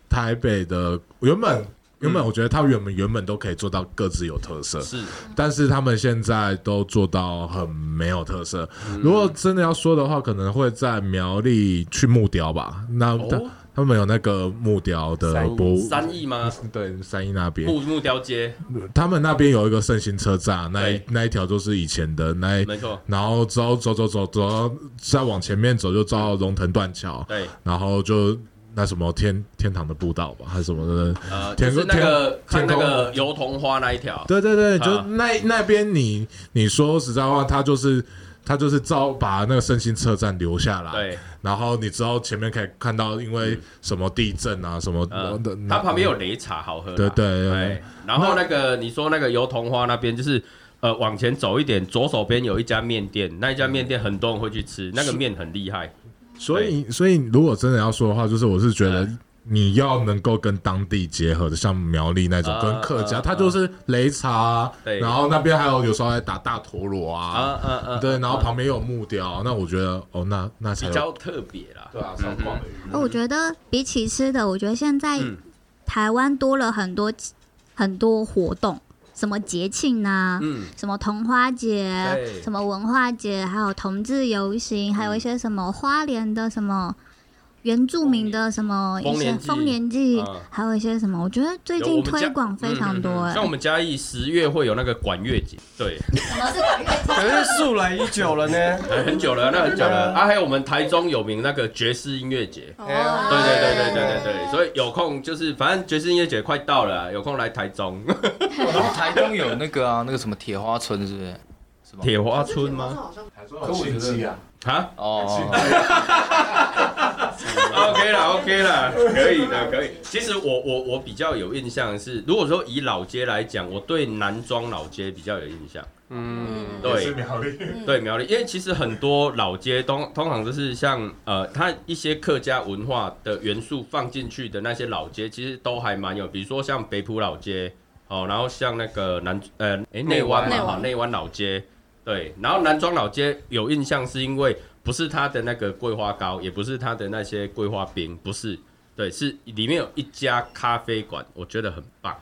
D: 台北的原本原本，我觉得他原本原本都可以做到各自有特色，
A: 是
D: 但是他们现在都做到很没有特色。
A: 嗯
D: 如果真的要说的话，可能会在苗栗去木雕吧。那他
A: 哦
D: 他们有那个木雕的
E: 三义
D: 博物，
A: 三义吗？
D: 对三义那边，
A: 木木雕街，
D: 他们那边有一个圣心车站，那一
A: 对
D: 那一条就是以前的那一。
A: 没错，
D: 然后之后走走走走到，再往前面走就走到龙腾断桥，
A: 对，
D: 然后就那什么天天堂的步道吧，还是什么的，
A: 呃，就
D: 天
A: 是那个看
D: 天
A: 那
D: 空
A: 个油桐花那一条，
D: 对对对，就
A: 啊
D: 那那边你你说实在话，它就是他就是招把那个圣心车站留下来，
A: 对，
D: 然后你知道前面可以看到，因为什么地震啊，什么
A: 呃
D: 的，
A: 它旁边有擂茶好喝啦，
D: 对对对
A: 哎然后那个你说那个油桐花那边就是。呃，往前走一点，左手边有一家面店，那一家面店很多人会去吃，那个面很厉害。
D: 所以，所以如果真的要说的话，就是我是觉得
A: 嗯
D: 你要能够跟当地结合的，像苗栗那种
A: 啊
D: 跟客家，
A: 啊
D: 它就是擂茶啊，
A: 对
D: 然后那边还有有时候还打大陀螺
A: 啊
D: 啊，
A: 啊啊！
D: 对，然后旁边又有木雕，那我觉得哦，那那才
A: 比
D: 有
A: 较特别啦。
D: 对啊，超棒的。
H: 哦我觉得比起吃的，我觉得现在
A: 嗯
H: 台湾多了很多很多活动，什么节庆啊，
A: 嗯，
H: 什么桐花节，
A: 对嗯
H: 什么文化节，还有同志游行，还有一些什么花莲的什么原住民的什么一些
A: 丰
H: 丰
A: 年
H: 年祭
A: 嗯，
H: 还有一些什么，我觉得最
A: 有我
H: 近
A: 们家
H: 推广非常多哎
A: 嗯像。我们嘉义十月会有那个管乐节，
H: *laughs*
A: 对，
E: 可是素来已久了呢。
A: 呃很久了，那很久了。
E: 嗯
A: 啊，还有我们台中有名那个爵士音乐节，
E: 哎呀
A: 对
B: 哦
A: 对对对对对对，所以有空就是，反正爵士音乐节快到了啊，有空来台中。
F: *laughs* 然后台东有那个啊，那个什么铁花村是不是？是吗？
A: *laughs* 铁花村 *laughs* 吗？
F: 可我觉得
A: 啊 *laughs*
F: 哦，
A: ，OK 啦 OK 啦，可以的可以。其实我我我比较有印象的是，如果说以老街来讲，我对南庄老街比较有印象。
E: 嗯，
A: 对，
D: 苗栗，
A: 对苗栗，因为其实很多老街通通常就是像呃，它一些客家文化的元素放进去的那些老街，其实都还蛮有，比如说像北浦老街哦，然后像那个南呃诶内湾嘛
B: 内湾
A: 哈，内湾老街对，然后南庄老街有印象是因为不是它的那个桂花糕，也不是它的那些桂花冰，不是对，是里面有一家咖啡馆，我觉得很棒。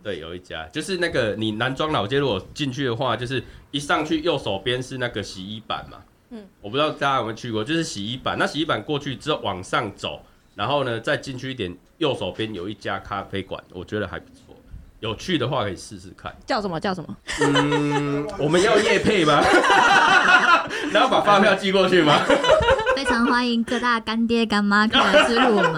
A: 对，有一家就是那个你南庄老街，如果进去的话，就是一上去右手边是那个洗衣板嘛。嗯
B: 嗯，
A: 我不知道大家有没有去过，就是洗衣板。那洗衣板过去之后往上走，然后呢再进去一点，右手边有一家咖啡馆，我觉得还不错。有去的话可以试试看。
B: 叫什么叫什么？
A: 嗯，我们要夜配 *laughs* 吗？然后把发票寄过去吗？
H: 非常欢迎各大干爹干妈可以来支持
A: *laughs*
H: 我们。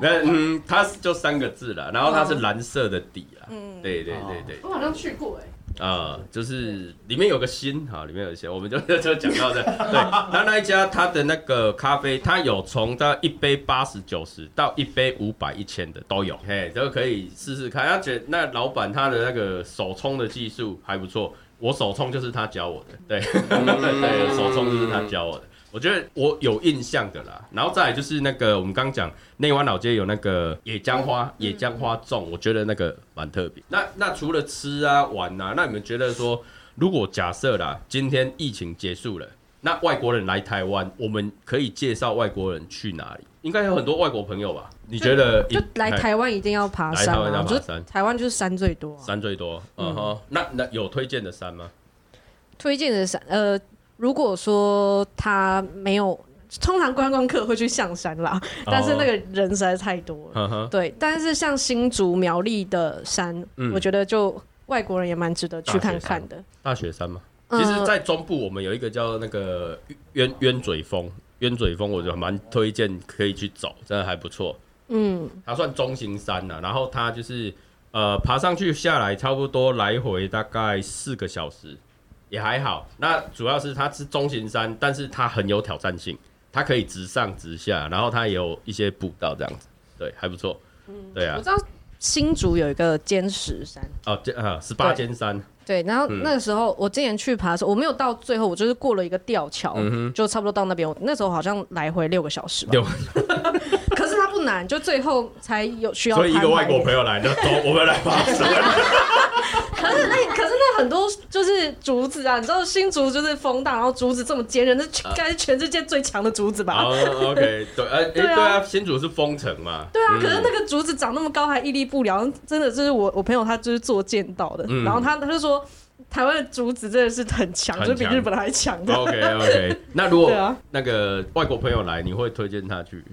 A: 那嗯，它是就三个字啦，然后它是蓝色的底啦。
B: 嗯
A: 对对对对。
C: 我好像去过哎、
A: 啊、就是里面有个心哈，里面有个心，我们就就讲到这。对，那那一家它的那个咖啡，它有从到一杯八十九十到一杯五百一千的都有，嘿，都可以试试看。而且那老板他的那个手冲的技术还不错，我手冲就是他教我的，对， *laughs* 对，手冲就是他教我的。我觉得我有印象的啦，然后再来就是那个我们刚讲内湾老街有那个野姜花，
C: 嗯
A: 野姜花粽，我觉得那个蛮特别。那那除了吃啊玩啊，那你们觉得说，如果假设啦，今天疫情结束了，那外国人来台湾，我们可以介绍外国人去哪里？应该有很多外国朋友吧？你觉得
C: 就来
A: 哎
C: 台湾一定要爬
A: 来
C: 山
A: 台湾要
C: 啊，
A: 爬
C: 就
A: 山
C: 台湾就是山最多、啊。
A: 山最多？嗯哼，那那有推荐的山吗？
C: 推荐的山，呃，如果说他没有，通常观光客会去象山啦，
A: 哦
C: 但是那个人实在太多了。
A: 嗯哼，
C: 对，但是像新竹苗栗的山，
A: 嗯
C: 我觉得就外国人也蛮值得去看看的。
A: 大雪山吗？其实，
C: 嗯，
A: 在中部我们有一个叫那个冤冤嘴峰，冤嘴峰我就蛮推荐可以去走，真的还不错。
C: 嗯，
A: 它算中型山了、然后它就是呃爬上去下来，差不多来回大概四个小时，也还好。那主要是它是中型山，但是它很有挑战性，它可以直上直下，然后它也有一些步道这样子，对，还不错。对
C: 嗯我
A: 啊
C: 知，道新竹有一个尖石山，
A: 哦，这啊十八
C: 对
A: 尖山，
C: 对，然后
A: 嗯
C: 那个时候我之前去爬的时候，我没有到最后，我就是过了一个吊桥，就差不多到那边。我那时候好像来回六个小时
A: 嗯
C: 吧，
A: 六
C: 可是它不难，就最后才有需
A: *laughs*
C: 要
A: 所以
C: 攀爬一
A: 一
C: 点。
A: 个外国朋友来，那走，我们来爬山。
C: 可是那可是那很多就是竹子啊，你知道新竹就是风大，然后竹子这么坚韧，那
A: 啊
C: 应该是全世界最强的竹子吧？
A: 哦，OK，对，呃，哎，对
C: 对啊
A: 啊，新竹是封城嘛，
C: 对啊，
A: 嗯
C: 可是那个竹子长那么高还屹立不摇，真的就是我我朋友他就是做剑道的，
A: 嗯
C: 然后他他就说台湾的竹子真的是很强，
A: 很
C: 就比
A: 强
C: 日本还强的。
A: OK OK，那如
C: 对
A: 果
C: 啊
A: 那个外国朋友来，你会推荐他去？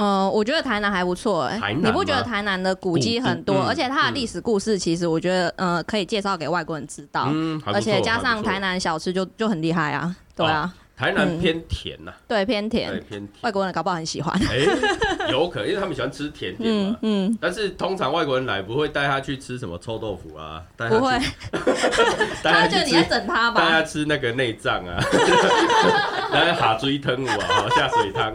B: 嗯，我觉得台南还不错哎、
A: 台南吗
B: 你不觉得台南的古迹很多，
A: 古迹嗯
B: 而且它的历史故事其实我觉得，呃，可以介绍给外国人知道，
A: 嗯，还不
B: 而且
A: 错
B: 加
A: 还
B: 上
A: 不错
B: 台南小吃就就很厉害啊，对啊，
A: 台南偏甜呐、
B: 对，偏
A: 哦对，
B: 甜，
A: 偏甜。
B: 外国人搞不好很喜欢。
A: 哎、有可能，因为他们喜欢吃甜点嘛。
B: 嗯嗯，
A: 但是通常外国人来不会带他去吃什么臭豆腐啊，带他
B: 不
A: 去
B: *laughs* 会，
A: 带
B: 他
A: 他
B: 会 *laughs* 觉得
A: 去
B: 你
A: 吃
B: 在整他
A: 大家
B: 吧？
A: 吃那个内脏
B: *laughs*
A: 啊，然后哈追汤啊，哈下水
B: *laughs*
A: 汤。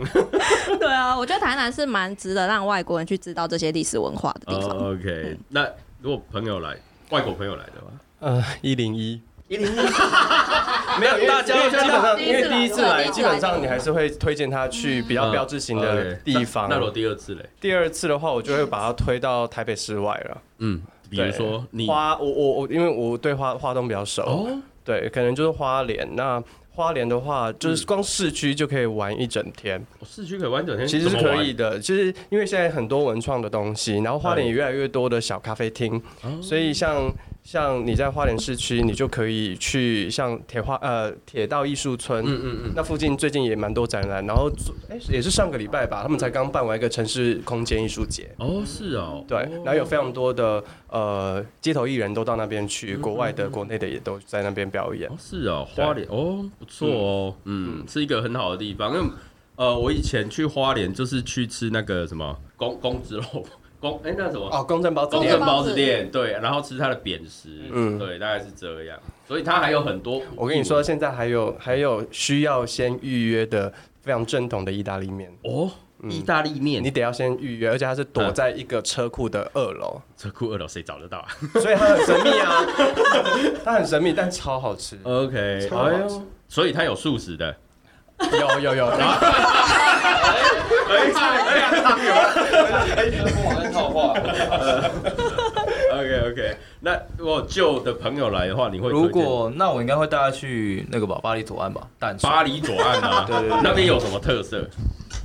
B: 对啊，我觉得台南是蛮值得让外国人去知道这些历史文化的地方。
A: 哦 OK，那如果朋友来，外国朋友来的话，
E: *laughs* 呃，一零一。
A: 一零一
E: 没有，因为
A: 大家
E: 因为
A: 都
E: 基本上，
B: 知道
E: 因为第一次来，
B: 第一次来
E: 基本上你还是会推荐他去比较标志性的地方。
A: 哦嗯那那我第二次嘞，
E: 第二次的话，我就会把它推到台北市外了。
A: 嗯，比如说你
E: 花，我我我，因为我对花花东比较熟，
A: 哦，
E: 对，可能就是花莲。那花莲的话，
A: 嗯
E: 就是光市区就可以玩一整天，
A: 我市区可以玩整天，
E: 其实是
A: 嗯怎么
E: 可
A: 玩
E: 以。的。就是因为现在很多文创的东西，然后花莲
A: 嗯
E: 也越来越多的小咖啡厅，
A: 哦
E: 所以像像你在花莲市区，你就可以去像铁花呃铁道艺术村，
A: 嗯嗯嗯，
E: 那附近最近也蛮多展览，然后昨哎、也是上个礼拜吧，他们才刚办完一个城市空间艺术节，
A: 哦是哦，
E: 对，
A: 哦
E: 然后有非常多的呃街头艺人都到那边去，国外的、国内的也都在那边表演
A: 哦。是哦，
E: 对
A: 花莲哦不错哦，嗯，是一个很好的地方。因为呃，我以前去花莲就是去吃那个什么公公子肉公哎那什么
E: 哦，公正包子
A: 中
E: 店
A: 正，包子店，对，然后吃它的扁食，嗯，
E: 嗯
A: 对，大概是这样。所以它还有很多，
E: 我跟你说，，现在还有还有需要先预约的非常正统的意大利面，
A: 哦，意大利面，
E: 嗯你
A: 你
E: 得要先预约，而且它是躲
A: 嗯
E: 在一个车库的二楼，
A: 车库二楼谁找得到啊
E: 所以它很神秘 *laughs* 啊，它很神秘，但超好吃。
A: ？OK，
E: 超好
A: 哎
E: 吃
A: 呦，所以它有素食的，
E: 有有有，
A: 哎
F: 很好话。
A: OK OK，那如果旧的朋友来的话，你会推荐
F: 如果那我应该会带他去那个吧，巴黎左岸吧，淡水，
A: 巴黎左岸
F: *laughs*
A: 啊，
E: 对对对
A: 那边有什么特色？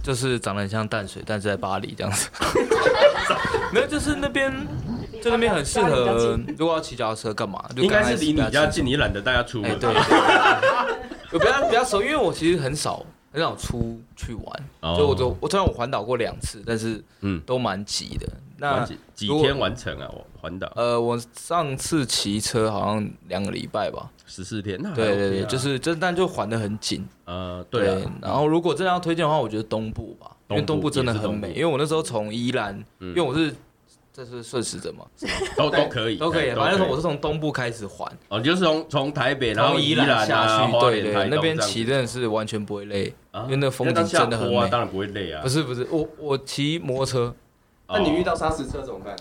F: 就是长得很像淡水，但是在巴黎这
A: *laughs*
F: 样子。没有，就是那边，就那边很适合，如果要骑脚踏车干嘛，就
A: 应该是
F: 刚开始
A: 离你
F: 比较
A: 家近，你懒得带他出
F: 哎、
A: 门。
F: 对，对对我比较比较熟，因为我其实很少很少出去玩，
A: 哦
F: 所以我就我虽然我环岛过两次，但是
A: 嗯
F: 嗯都蛮急的。那
A: 完几几
F: 如果
A: 天完成啊？我环岛
F: 呃，我上次骑车好像两个礼拜吧，
A: 十四天，那还
F: 对
A: OK
F: 对对，
A: 啊
F: 就是真但就环得很紧。
A: 呃，对啊，
F: 然后如果真的要推荐的话，我觉得东部吧，因为
A: 东部
F: 东部真的很
A: 也
F: 美。
A: 是东部
F: 因为我那时候从宜兰，
A: 嗯
F: 因为我是这是顺时针嘛，
A: 都都可以，
F: 都可以。
A: 哎
F: 反正那时候
A: 可
F: 我
A: 以
F: 是从东部开始环，
A: 哦，你就是从从台北，然后
F: 从宜
A: 兰啊
F: 下去，
A: 花
F: 对
A: 莲
F: 对
A: 台
F: 对，
A: 东
F: 那边
A: 这样
F: 骑
A: 子
F: 真的是完全不会累。
A: 啊
F: 因为那个风景
A: 它下
F: 真的很
A: 坡啊
F: 美
A: 当然不会累啊哦
F: 不。是不是，我我骑摩托车
E: 那你遇到砂石车怎么办？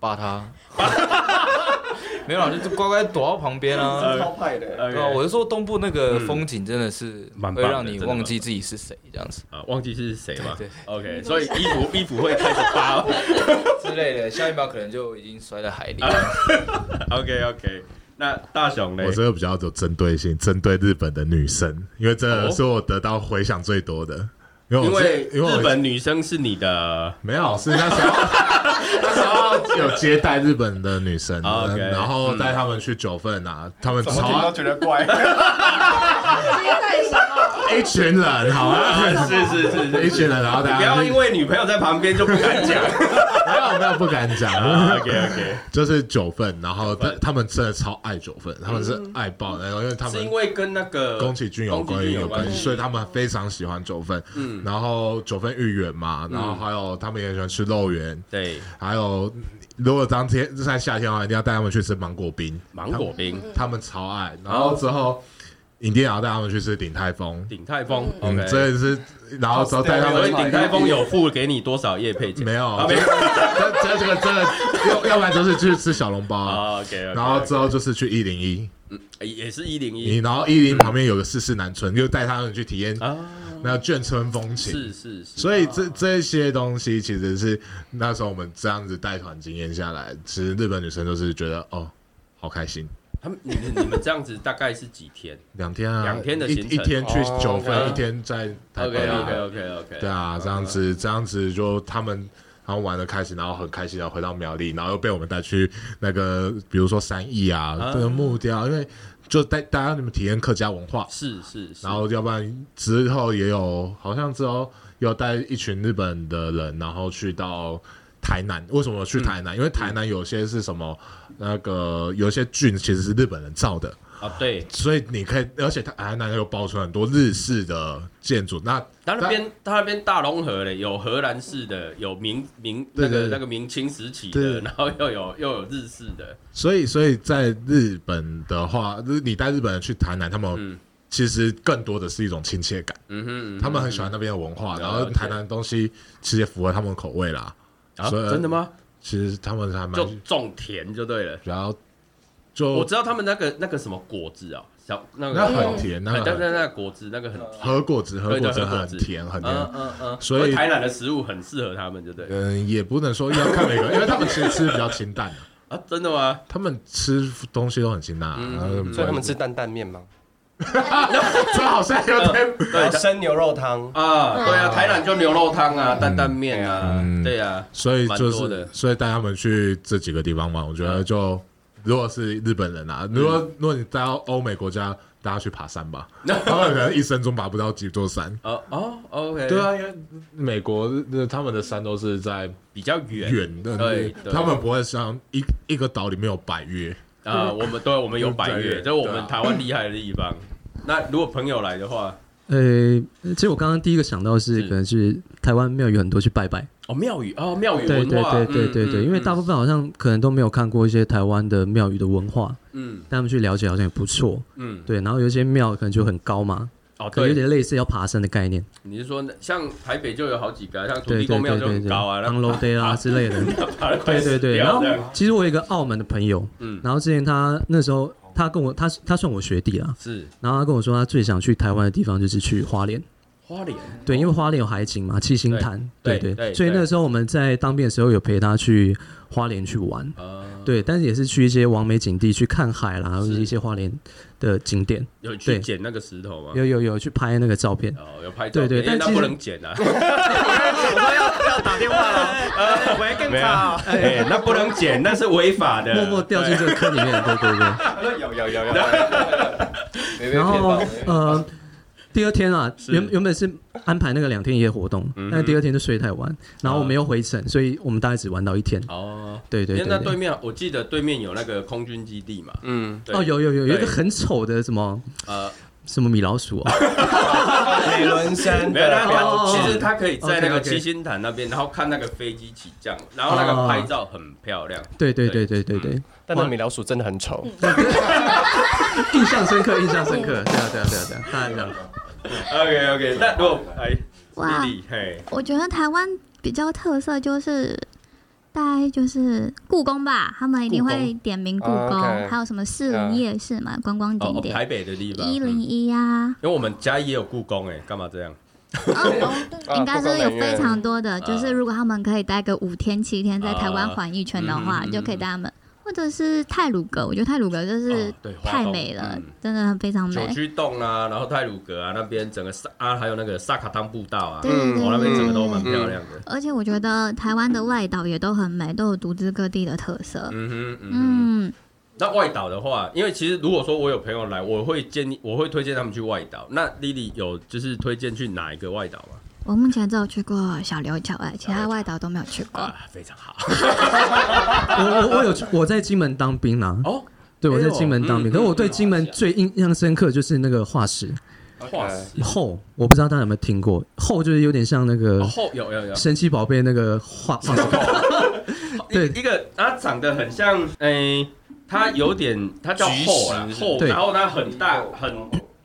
F: 扒它，
A: *laughs*
F: 没有啦，就是乖乖躲到旁边啊。
E: 是超派的欸。
A: OK 嗯
F: 对啊，我是说东部那个风景真的是
A: 蛮棒
F: 会
A: 的
F: 让你
A: 真的
F: 忘记自己是谁这样子
A: 啊，忘记是谁嘛
F: 对对
A: ？OK，所以衣服衣服会开始扒哦。
F: 之类的，下一秒可能就已经摔在海里
A: 啊 OK OK，那大雄呢
D: 我？这个比较有针对性，针对日本的女生，因为这是我得到回响最多的。因
A: 哦
D: 为
A: 因
D: 我
A: 为
D: 是因为
A: 日
D: 我
A: 本女生是你的
D: 没有是那时候那时候有接待日本的女生，
A: *laughs* 啊，OK
D: 然后带他们去九份啊，他们超
E: 听
D: 爱
E: 觉得怪。
D: *laughs* 一群人，好吗？
A: *laughs* *laughs* 是是是是
D: 一群人，然后大
A: 不
D: 家
A: 要因为女朋友在旁边就不敢讲。
D: *laughs*
A: 啊
D: 没有没有不敢讲。
A: OK OK，
D: *laughs* 就是九份，然后他他们真的超爱九份，他们是爱爆的，然后因为他
A: 是
D: 们
A: 因为跟那个
D: 宫崎骏
A: 嗯
D: 有
A: 宫
D: 关
A: 崎
D: 于
A: 骏
D: 有关系，所以他们非常喜欢九份。
A: 嗯
D: 然后九份芋圆嘛，然后还有他们也喜欢吃肉圆，
A: 对，
D: 还有如果当天在夏天的话，一定要带他们去吃芒果冰，
A: 芒果冰、
D: 他们超爱。然后之后一定要带他们去吃鼎泰丰，
A: 鼎泰丰
D: 嗯，
A: ，OK。
D: 这是然后之后带他
A: 所
D: 们
A: 以鼎泰丰有付给你多少夜配钱？
D: 没有
A: 啊，没有。
D: 这这这个真的，要要不然就是去吃小笼包啊，
A: 啊，OK。
D: 然后之后就是去一零一。
A: 也是一零
D: 你
A: 一
D: 然后一零旁边有个四四南村，就带他们去体验
A: 啊，
D: 那眷村风情。
A: 是是啊是。
D: 所以这这些东西其实是那时候我们这样子带团经验下来，其实日本女生都是觉得哦，好开心，
A: 他们你们你们这样子大概是几天
D: 两天啊，
A: 两天的
D: 一
A: 行程
D: 一天去
E: 哦
D: 九份，
A: OK
D: 一天在台
A: ？OK
D: 北啊
A: OK OK OK。
D: 对啊，这样子这样子就他们。然后玩的开心，然后很开心，然后回到苗栗，然后又被我们带去那个，比如说三义啊，
A: 啊
D: 这个木雕，因为就带大家你们体验客家文化，
A: 是是是。
D: 然后要不然之后也有，好像之后有带一群日本的人，然后去到台南。为什么
A: 嗯
D: 去台南？因为台南有些是什么那个有些郡其实是日本人造的。
A: 啊，对，
D: 所以你可以，而且它台南又包出很多日式的建筑，那
A: 他那边他那边大融合嘞，有荷兰式的，有明明那
D: 对
A: 个
D: 对对
A: 那个明清时期
D: 对
A: 的，然后又有又有日式的，
D: 所以，所以在日本的话，就是你带日本人去台南，他
A: 嗯
D: 们其实更多的是一种亲切感，
A: 嗯哼，嗯哼嗯
D: 他们很喜欢那边的文化，
A: 了解
D: 然后台南的东西其实也符合他们的口味啦。
A: 啊，
D: 所以
A: 真的吗？
D: 其实他们还蛮
A: 就，种田就对了。
D: 然后
A: 我
D: 就
A: 知道他们那个那个什么果子啊，小那
D: 那
A: 个
D: 很甜，那
A: 哎但
D: 个
A: 是那个果子那个很啊甜，
D: 和果子，和
A: 对
D: 果
A: 对
D: 子
A: 和果
D: 很
A: 子
D: 甜很
A: 嗯
D: 甜。
A: 嗯嗯，
D: 所以
A: 台南的食物很适合他们，就对了
D: 嗯，也不能说要看每个人，因为他们其实吃比较清淡的，
A: 啊，真的吗？
D: 他们吃东西都很清淡啊，
A: 嗯
D: 然后
E: 所以他们吃担担面吗？
D: 这好像有点
A: 嗯
E: 对，生牛肉汤。
A: 啊，对啊，台南就牛肉汤啊，担担面啊
D: 嗯，
A: 对啊，
D: 所以就
A: 蛮多的嗯
D: 是，所以带他们去这几个地方玩，我觉得就如果是日本人啊，如果如果你带到欧美国家，大家去爬山
A: *laughs*
D: 吧，他们可能一生中爬不到几座山。
A: 哦哦，OK，
D: 对，啊，因为美国呃他们的山都是在
A: 比较远
D: 远的，
A: 对对
D: 他们不会像一一个岛里面有百越。
A: 啊，我们对，我们有百
D: 对
A: 越，
D: 对
A: 这是我们
D: 对啊
A: 台湾厉害的地方。那如果朋友来的话，
G: 呃，其实我刚刚第一个想到是
A: 是
G: 可能是台湾庙有很多去拜拜，
A: 哦，庙宇哦，庙宇
G: 对对
A: 文化，嗯
G: 对对对对，因为大部分好像可能都没有看过一些台湾的庙宇的文化，
A: 嗯
G: 带他们去了解好像也不错。
A: 嗯，
G: 对，然后有一些庙可能就很高嘛，
A: 哦
G: 可能有
A: 对，
G: 点类似要爬山的概念。
A: 你是说像台北就有好几个啊，像土
G: 对
A: 地
G: 对
A: 公
G: 对
A: 庙就
G: 对
A: 很
G: 对
A: 高啊，
G: ，on
A: *laughs*
G: low day 啦之类的。
A: 对
G: 对对对，然后其实我有一个澳门的朋友，
A: 嗯
G: 然后之前他那时候他跟我他他算我学弟啦，
A: *laughs* 是
G: 然后他跟我说他最想去台湾的地方就是去花莲，
A: 花莲，
G: 对，因为花莲有海景嘛，七星潭，
A: 对
G: 对
A: 对对
G: 对，所以
A: 对
G: 那时候我们在当兵的时候有陪他去花莲去玩，
A: 呃，
G: 对，但是也是去一些完美景地去看海啦，或者
A: 是
G: 是一些花莲的景点，
A: 有去
G: 对
A: 捡那个石头吗？
G: 有有有去拍那个照片，
A: 哦，有拍照
G: 对
A: 片，
G: 对
A: 因为
G: 但
A: 那
G: 其实
A: 不能剪
G: *laughs*
A: 啊， *laughs*
E: 要打电话了，喂，更
A: 呃没有，哎，那不能剪，那是违法的，
G: 默默掉进这个坑里面，
A: *laughs*
G: 对对对。
E: 有有有有。
G: 然后呃，第二天啊，原原本是安排那个两天一夜活动，
A: 嗯
G: 但是第二天就睡太晚，然后我们又回程，所以我们大概只玩到一天。
A: 哦，
G: 对
A: 因
G: 对
A: 为
G: 对
A: 那对
G: 对。
A: 面，我记得对面有那个空军基地嘛，
E: 嗯，
A: 对
G: 哦，有有有有一
A: 对
G: 个很丑的什么
A: 呃，
G: 什么米老鼠
A: *laughs*
G: 啊，
E: *laughs* 美伦山
A: 没有，那
E: 的
A: 个
G: 哦
A: 其实他可以在那个
G: OK，OK
A: 七星潭那边，然后看那个飞机起降，然后那个
G: 哦
A: 拍照很漂亮。
G: 对对对对对对，
A: 嗯
E: 但那米老鼠真的很丑。
G: *laughs* 印象深刻，印象深
A: 嗯
G: 刻，对啊对啊对啊对啊，大家讲，
A: OK OK，那哦如果哎，
H: 哇，
A: 丽丽嘿，
H: 我觉得台湾比较特色就是。大概就是故宫吧，他们一定会点名故
E: 故
H: 宫，
E: 宫啊，OK
H: 还有什么士林夜市嘛，观光
A: 哦
H: 景，
G: 嗯
A: 哦台
H: 点
A: 北的地方，
H: 一零
A: 嗯
H: 一啊呀，
A: 因为我们家也有故宫哎，干嘛这样？
C: 哦
E: 啊
H: 应该是有非常多的，
A: 故宫美院
H: 就是如果他们可以待个五天七天在台湾环一圈的
A: 啊
H: 话，
A: 嗯嗯嗯
H: 就可以带他们，或者是泰鲁阁，我觉得泰鲁阁就是
A: 哦对花
H: 太
A: 东
H: 美了，
A: 嗯
H: 真的非常
A: 九
H: 美，
A: 曲洞啊，然后泰鲁阁啊那边整个萨啊，还有那个萨卡汤步道啊，
H: 对
A: 我
H: 对对，
A: 那边整个都蛮
H: 对
A: 漂亮的。嗯
H: 而且我觉得台湾的外岛也都很美，都有独自各地的特色。
A: 嗯哼嗯哼。
H: 嗯，
A: 那外岛的话，因为其实如果说我有朋友来，我会建议，我会推荐他们去外岛。那 Lily 有就是推荐去哪一个外岛吗？
H: 我目前只有去过小琉球，哎，其他外岛都没有去过。
A: 啊，非常好。
G: 我我我有去我在金门当兵啦，
A: 哦，
G: 对我
A: 哎
G: 在
A: 呦
G: 金门当兵，
A: 嗯
G: 可是我
A: 嗯
G: 对金门最印象深刻就是那个化石
A: 化石
G: 后，我不知道大家有没有听过后，就是有点像那个
A: 哦后有有有，
G: 神奇宝贝那
A: *laughs*
G: 个画画石对
A: 一一个它长得很像，诶，它有点，它叫厚啊
F: 菊石
A: 厚，
G: 对
A: 然后它很大很，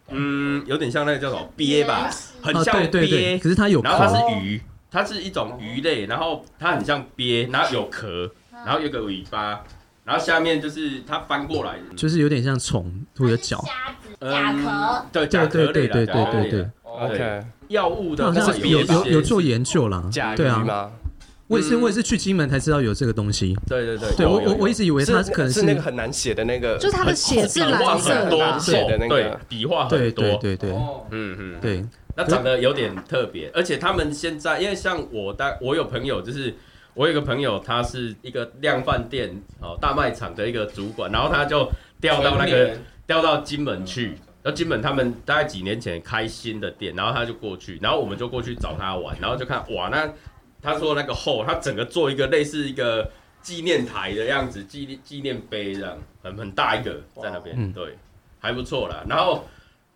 A: 嗯，有点像那个叫什么鳖吧，很
G: 啊，
A: 像
G: 对对
A: 鳖
G: 对，哦可，是它有
A: 然后它
G: 壳，
A: 是鱼，它是一种鱼类，然后它很像鳖，然后有壳，然后有个尾巴，然后下面就是它翻过来，
G: 就是有点像虫或者脚，
A: 甲壳，嗯对甲壳
G: 对
A: 类
G: 对
A: 啦
G: 对对
A: 甲壳类
G: 对对
A: 啦，
E: OK，
A: 药物
G: 它
A: 的
G: 好
A: 话
G: 像有
A: 一些
G: 有有做研究啦
E: 甲，鱼
G: 对啊，
E: 吗？
G: 我也是我也是去金门才知道有这个东西，
A: 对对对，
G: 对我
A: 有
G: 我我一直以为它
E: 是
G: 可能
E: 是那个很难写的那个，
C: 就是他的血是
A: 笔画
C: 蓝色
A: 很啊
C: 的吧
A: 多，
E: 蓝色的那个
A: 对笔画
G: 对
A: 很多，
G: 对对对
A: 嗯嗯，
G: 对，
A: 那长得有点特别，而且他们现在，因为像我大，我有朋友就是。我有一个朋友，他是一个量贩店哦大卖场的一个主管，然后他就调到那个调到金门去。然后金门他们大概几年前开新的店，然后他就过去，然后我们就过去找他玩，然后就看哇，那他说那个后，他整个做一个类似一个纪念台的样子，纪念纪念碑这样，很很大一个在那边，
G: 嗯
A: 对，还不错啦。然后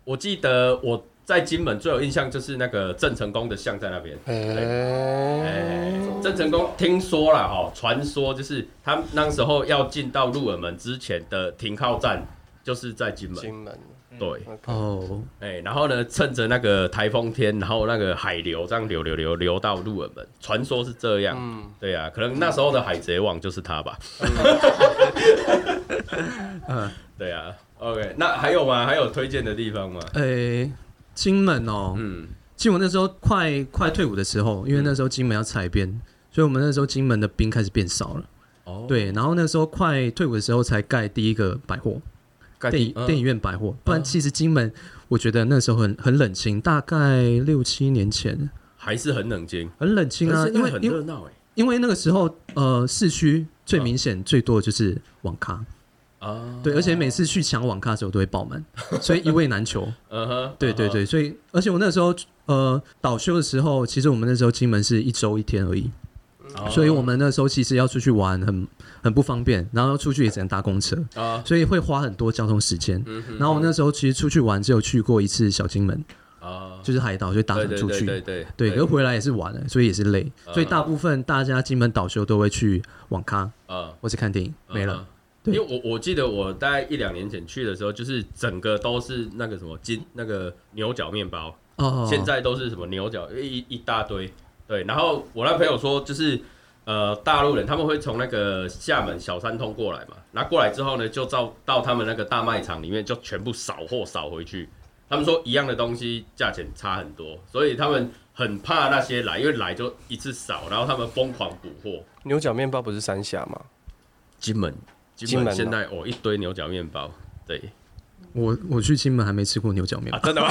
A: 我记得我在金门最有印象就是那个郑成功的像在那边。哎，郑成功听说了哈，传说就是他那时候要进到鹿耳门之前的停靠站就是在金门。
J: 金门
A: 对，
J: ，OK
E: 哦，
A: 哎，然后呢，趁着那个台风天，然后那个海流这样流流流流到鹿耳门，传说是这样。
J: 嗯，
A: 对啊，可能那时候的海贼王就是他吧。
E: 嗯，
A: *laughs* 对啊，OK，那还有吗？还有推荐的地方吗？
E: 诶，金门哦，
A: 嗯，
E: 其实我那时候快快退伍的时候，因为那时候金门要裁编，所以我们那时候金门的兵开始变少了。
A: 哦，
E: 对，然后那时候快退伍的时候才盖第一个百货电
A: 嗯
E: 影、电影院百货，不然其实金门我觉得那时候很很冷清，大概六七年前
A: 还是很冷清，
E: 很冷清啊，
A: 可是
E: 因
A: 那
E: 为
A: 很
E: 因为
A: 热闹哎
E: 因为那个时候呃市区最明
A: 嗯
E: 显最多的就是网咖，
A: 啊，
E: 对，而且每次去抢网咖的时候都会
A: *laughs*
E: 爆满，所以一位难求。
A: 嗯哼，
E: 对对对，所以而且我那时候呃倒休的时候，其实我们那时候金门是一周一天而已，
A: 哦，
E: 所以我们那时候其实要出去玩很很不方便，然后出去也只能搭公车，
A: 啊，
E: 所以会花很多交通时间。
A: 嗯哼
E: 然后我那时候其实出去玩只有去过一次小金门，
A: 啊，
E: 就是海岛，就搭船
A: 对
E: 出去。
A: 对对
E: 对，可是回来也是晚了，所以也是累，
A: 嗯
E: 所以大部分大家金门岛休都会去网咖
A: 啊，
E: 或是看电影，没了。
A: 嗯。
E: 对
A: 因为我我记得我大概一两年前去的时候，就是整个都是那个什么金那个牛角面包，
E: 哦，
A: 现在都是什么牛角一一大堆，对。然后我那朋友说，就是呃大陆人他们会从那个厦门小三通过来嘛，然后过来之后呢，就到到他们那个大卖场里面就全部扫货扫回去。他们说一样的东西价钱差很多，所以他们很怕那些来，因为来就一次扫，然后他们疯狂补货。
J: 牛角面包不是三峡吗？
A: 金门，
J: 金
A: 金
J: 门
A: 门
J: 啊
A: 现在哦一堆牛角面包，对
E: 我我去金门还没吃过牛角
A: *laughs*
E: 面
A: 啊
E: 包，，
A: 真的吗？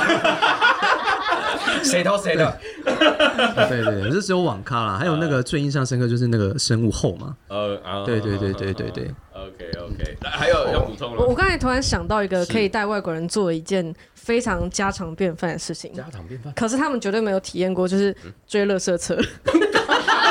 J: 谁偷谁的？
E: 对 *laughs* 对对，这只有网咖啦。还有那个最印象深刻就是那个生物后嘛，
A: 呃啊，
E: 对对对对对对。
A: ，OK OK，那还有要补充
C: 我我
A: 了，
C: 刚才突然想到一个
A: 是
C: 可以带外国人做一件非常家常便饭的事情，
A: 家常便饭。嗯
C: 可是他们绝对没有体验过，就是追垃圾车。
A: *laughs*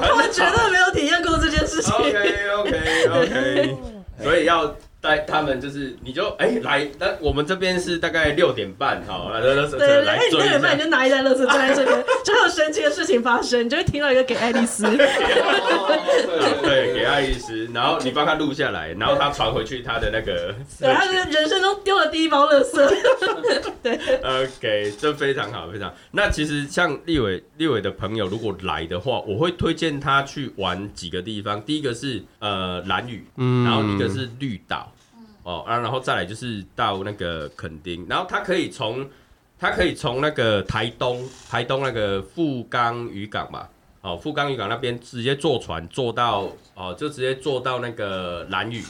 C: 他们绝对没有体验过这件事情。
A: OK OK OK，所 *laughs* 以要带他们就是，你就哎、来，那我们这边是大概六点半
C: *laughs*
A: 哈，来来来来
C: 对对对，
A: 来
C: 哎，你
A: 追
C: 那
A: 一
C: 人脉你
A: 下。
C: 就拿一袋垃圾站在这
A: *laughs*
C: 边，就会有神奇的事情发生，你就会听到一个给爱丽丝。
A: 对对，给爱丽丝，然后你帮她录下来，然后她传回去她的那个。
C: 对，他的人生中丢了第一包垃圾。
A: OK，这非常好，非常好。那其实像立伟、立伟的朋友如果来的话，我会推荐他去玩几个地方。第一个是呃蓝屿，
J: 嗯
A: 然后一个是绿岛，哦啊，然后再来就是到那个垦丁，然后他可以从他可以从那个台东台东那个富冈渔港吧，哦富冈渔港那边直接坐船坐到哦就直接坐到那个蓝屿，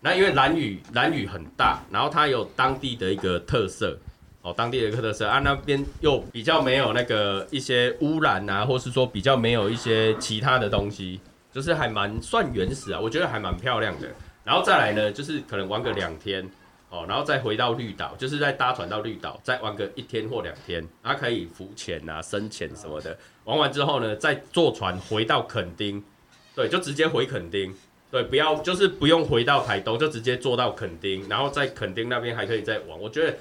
A: 那因为蓝屿蓝屿很大，然后它有当地的一个特色。哦，当地的一个特色啊，那边又比较没有那个一些污染啊，或是说比较没有一些其他的东西，就是还蛮算原始啊，我觉得还蛮漂亮的。然后再来呢，就是可能玩个两天哦，然后再回到绿岛，就是再搭船到绿岛，再玩个一天或两天，然后可以浮潜啊、深潜什么的。玩完之后呢，再坐船回到垦丁，对，就直接回垦丁。对，不要就是不用回到台东，就直接坐到垦丁，然后在垦丁那边还可以再玩。我觉得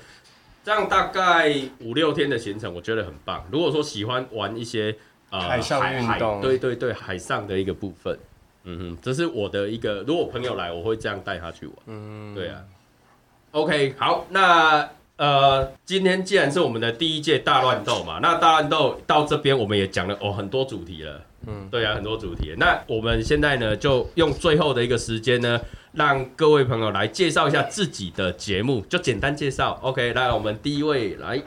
A: 这样大概五六天的行程，我觉得很棒。如果说喜欢玩一些呃
J: 海上运
A: 海
J: 动
A: 对对对，海上的一个部分，嗯哼，这是我的一个。如果朋友来，我会这样带他去玩。
J: 嗯，
A: 对啊。OK，好，那呃，今天既然是我们的第一届大乱斗嘛，那大乱斗到这边我们也讲了哦很多主题了，嗯
J: 嗯，
A: 对啊，很多主题了。那我们现在呢，就用最后的一个时间呢，让各位朋友来介绍一下自己的节目，就简单介绍。OK，来，我们第一位来，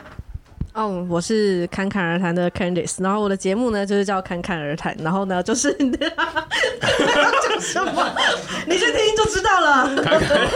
C: 哦，我是侃侃而谈的 Candice，然后我的节目呢就是叫侃侃而谈，然后呢就是 *laughs* 讲什么，你去听就知道了。
A: 侃侃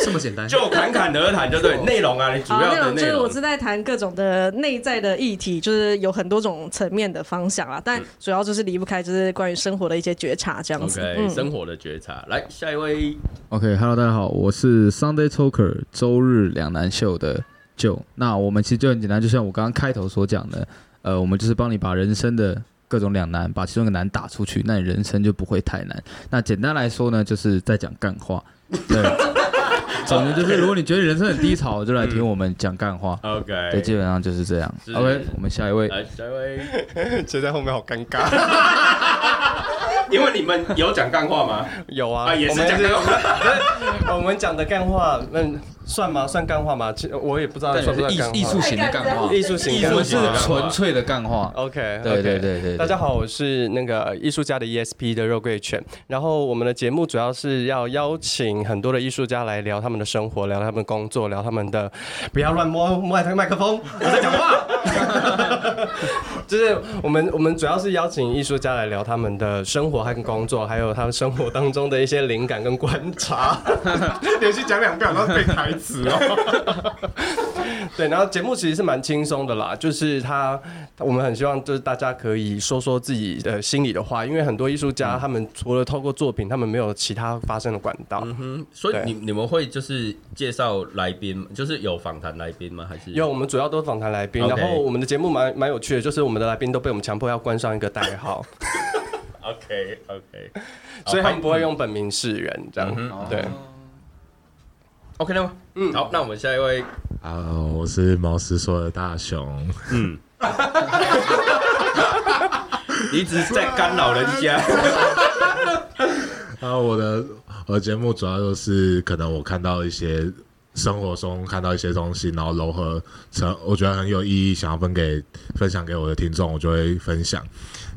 E: 这么简单。
A: 就侃侃而谈，就对内容啊，你主
C: 好，
A: 要
C: 哦内
A: 的
C: 容就
A: 内
C: 是我
A: 容
C: 是在谈各种的内在的议题，就是有很多种层面的方向啦，
A: 嗯
C: 但主要就是离不开就是关于生活的一些觉察这样子。嗯
A: ，OK，生活的觉察。来，下一位
F: OK，Hello，、大家好，我是 Sunday Talker 周日两难秀的 Joe。那我们其实就很简单，就像我刚刚开头所讲的，呃，我们就是帮你把人生的各种两难，把其中一个难打出去，那你人生就不会太难。那简单来说呢，就是在讲干话。对，
K: *laughs*
F: 总之就是，如果你觉得人生很低潮，就来听我们讲干话。
A: OK，
F: 对，基本上就是这样。
A: 是
F: OK，我们下一位，
A: 来下一位， *laughs*
J: 嗯 *laughs*
E: 谁在后面好尴尬。
A: 因为你们有讲干话吗？
E: 有啊，
A: 啊，也是讲干话，
E: 我们讲的干话，嗯，算吗？算干话吗？其实我也不知道
K: 但
E: 算不
K: 哎是
E: 算干
K: 艺艺
E: 话
K: 术。型的干话，
E: 艺术型干
K: 我
E: 话
K: 们是纯粹的干话。
E: OK，
F: 对对对对
E: 大家好，我是那个艺术家的 ESP 的肉桂犬。然后我们的节目主要是要邀请很多的艺术家来聊他们的生活，聊他们的工作，聊他们的不要乱摸麦克麦克风，我在讲话。 *laughs* 就是我们我们主要是邀请艺术家来聊他们的生活和工作，还有他们生活当中的一些灵感跟观
D: *laughs*
E: 察。
D: 连续讲两遍，然后背台词哦。
E: *laughs* 对，然后节目其实是蛮轻松的啦，就是他，我们很希望就是大家可以说说自己的心里的话，因为很多艺术
A: 嗯
E: 家他们除了透过作品，他们没有其他发声的管道。
A: 嗯所以
E: 对
A: 你你们会就是介绍来宾吗，就是有访谈来宾吗？还是
E: 因为我们主要都是访谈来宾，
A: OK
E: 然后我们的节目蛮蛮有趣的，就是我们的来宾都被我们强迫要冠上一个代
A: *laughs*
E: 号，
A: OK OK
E: *laughs* 所以他们不会用哦本名示人这样。对，
A: 嗯 OK 了吗？嗯，好，那我们下一位，
D: 啊，我是毛师说的大熊。
A: *laughs* 你一直在干扰人
E: *laughs*
A: 家。
E: 嗯
D: 啊，我的我的节目主要就是可能我看到一些生活中看到一些东西，然后糅合成我觉得很有意义，想要分给分享给我的听众，我就会分享。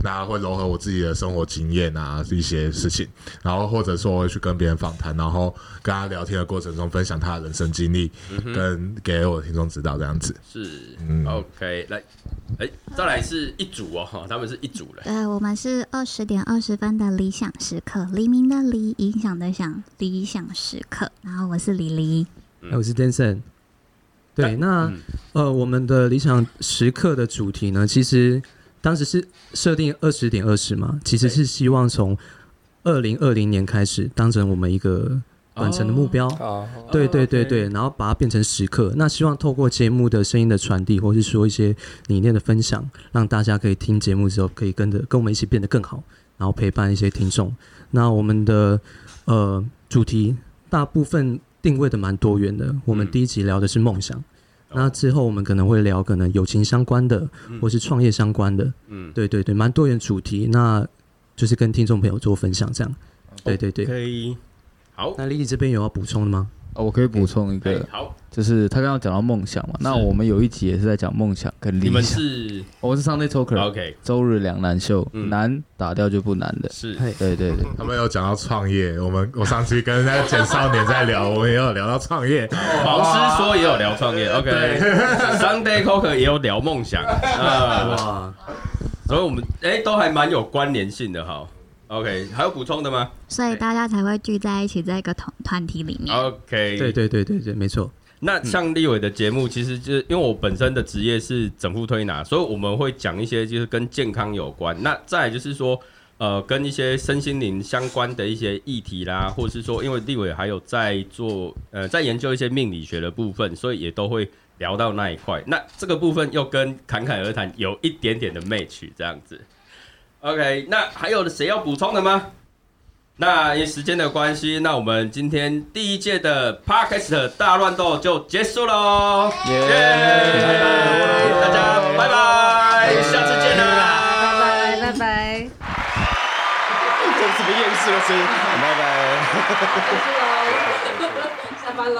D: 那会糅合我自己的生活经验啊一些事情，然后或者说我会去跟别人访谈，然后跟他聊天的过程中分享他的人生经历，
A: 嗯
D: 跟给我的听众指导这样子。
A: 是、
D: 嗯
A: o k 来，哎、再来是一组哦，哈，他们是一组人。
H: 呃对，我们是二十点二十分的理想时刻，黎明的黎，影响的响，理想时刻。然后我是李黎，
C: 哎我是 Danson。对，那、呃，我们的理想时刻的主题呢，其实当时是设定二十点二十嘛，其实是希望从二零二零年开始当成我们一个短程的目标。
E: 啊，
C: 对对对对，然后把它变成时刻。那希望透过节目的声音的传递，或是说一些理念的分享，让大家可以听节目之后，可以跟着跟我们一起变得更好，然后陪伴一些听众。那我们的呃主题大部分定位的蛮多元的。我们第一集聊的是梦想，那之后我们可能会聊可能友情相关的，或是创业相关的。
A: 嗯，
C: 对对对，蛮多元主题。那就是跟听众朋友做分享这样。对对对。
A: 可以。好，
C: 那丽丽这边有要补充的吗？
F: 哦，我可以补充一
A: 哎
F: 个，
A: 好，
F: 就是他刚刚讲到梦想嘛，那我们有一集也是在讲梦想跟
A: 你
F: 理
A: 们
F: 想。
A: 是
F: 哦我是 Sunday Talker，
A: OK，
F: 周日两难秀，
A: 嗯
F: 难打掉就不难的。
A: 是
C: 嘿
F: 对对对，
D: 他们有讲到创业，我们我上次跟那个简少年在聊，我们也有聊到创业。
A: 毛师说也有聊创业
D: 对
A: ，OK，Sunday Coker 也有聊梦想啊，
C: 哇，
A: 所以我们哎、都还蛮有关联性的哈。OK，还有补充的吗
H: 所以大家才会聚在一起，在一个团团体里面。
A: ？OK，嗯
C: 对对对对对，没错。
A: 那像立伟的节目，其实就是因为我本身的职业是整副推拿，所以我们会讲一些就是跟健康有关。那再来就是说，呃，跟一些身心灵相关的一些议题啦，或是说，因为立伟还有在做呃在研究一些命理学的部分，所以也都会聊到那一块。那这个部分又跟侃侃而谈有一点点的 match 这样子。OK，那还有谁要补充的吗？那因为时间的关系，那我们今天第一届的 Podcast 大乱斗就结束喽，耶！大家拜拜，下次见啦！
L: 拜拜拜拜，
E: 这是什么厌世的声音？拜拜。
L: 下班喽。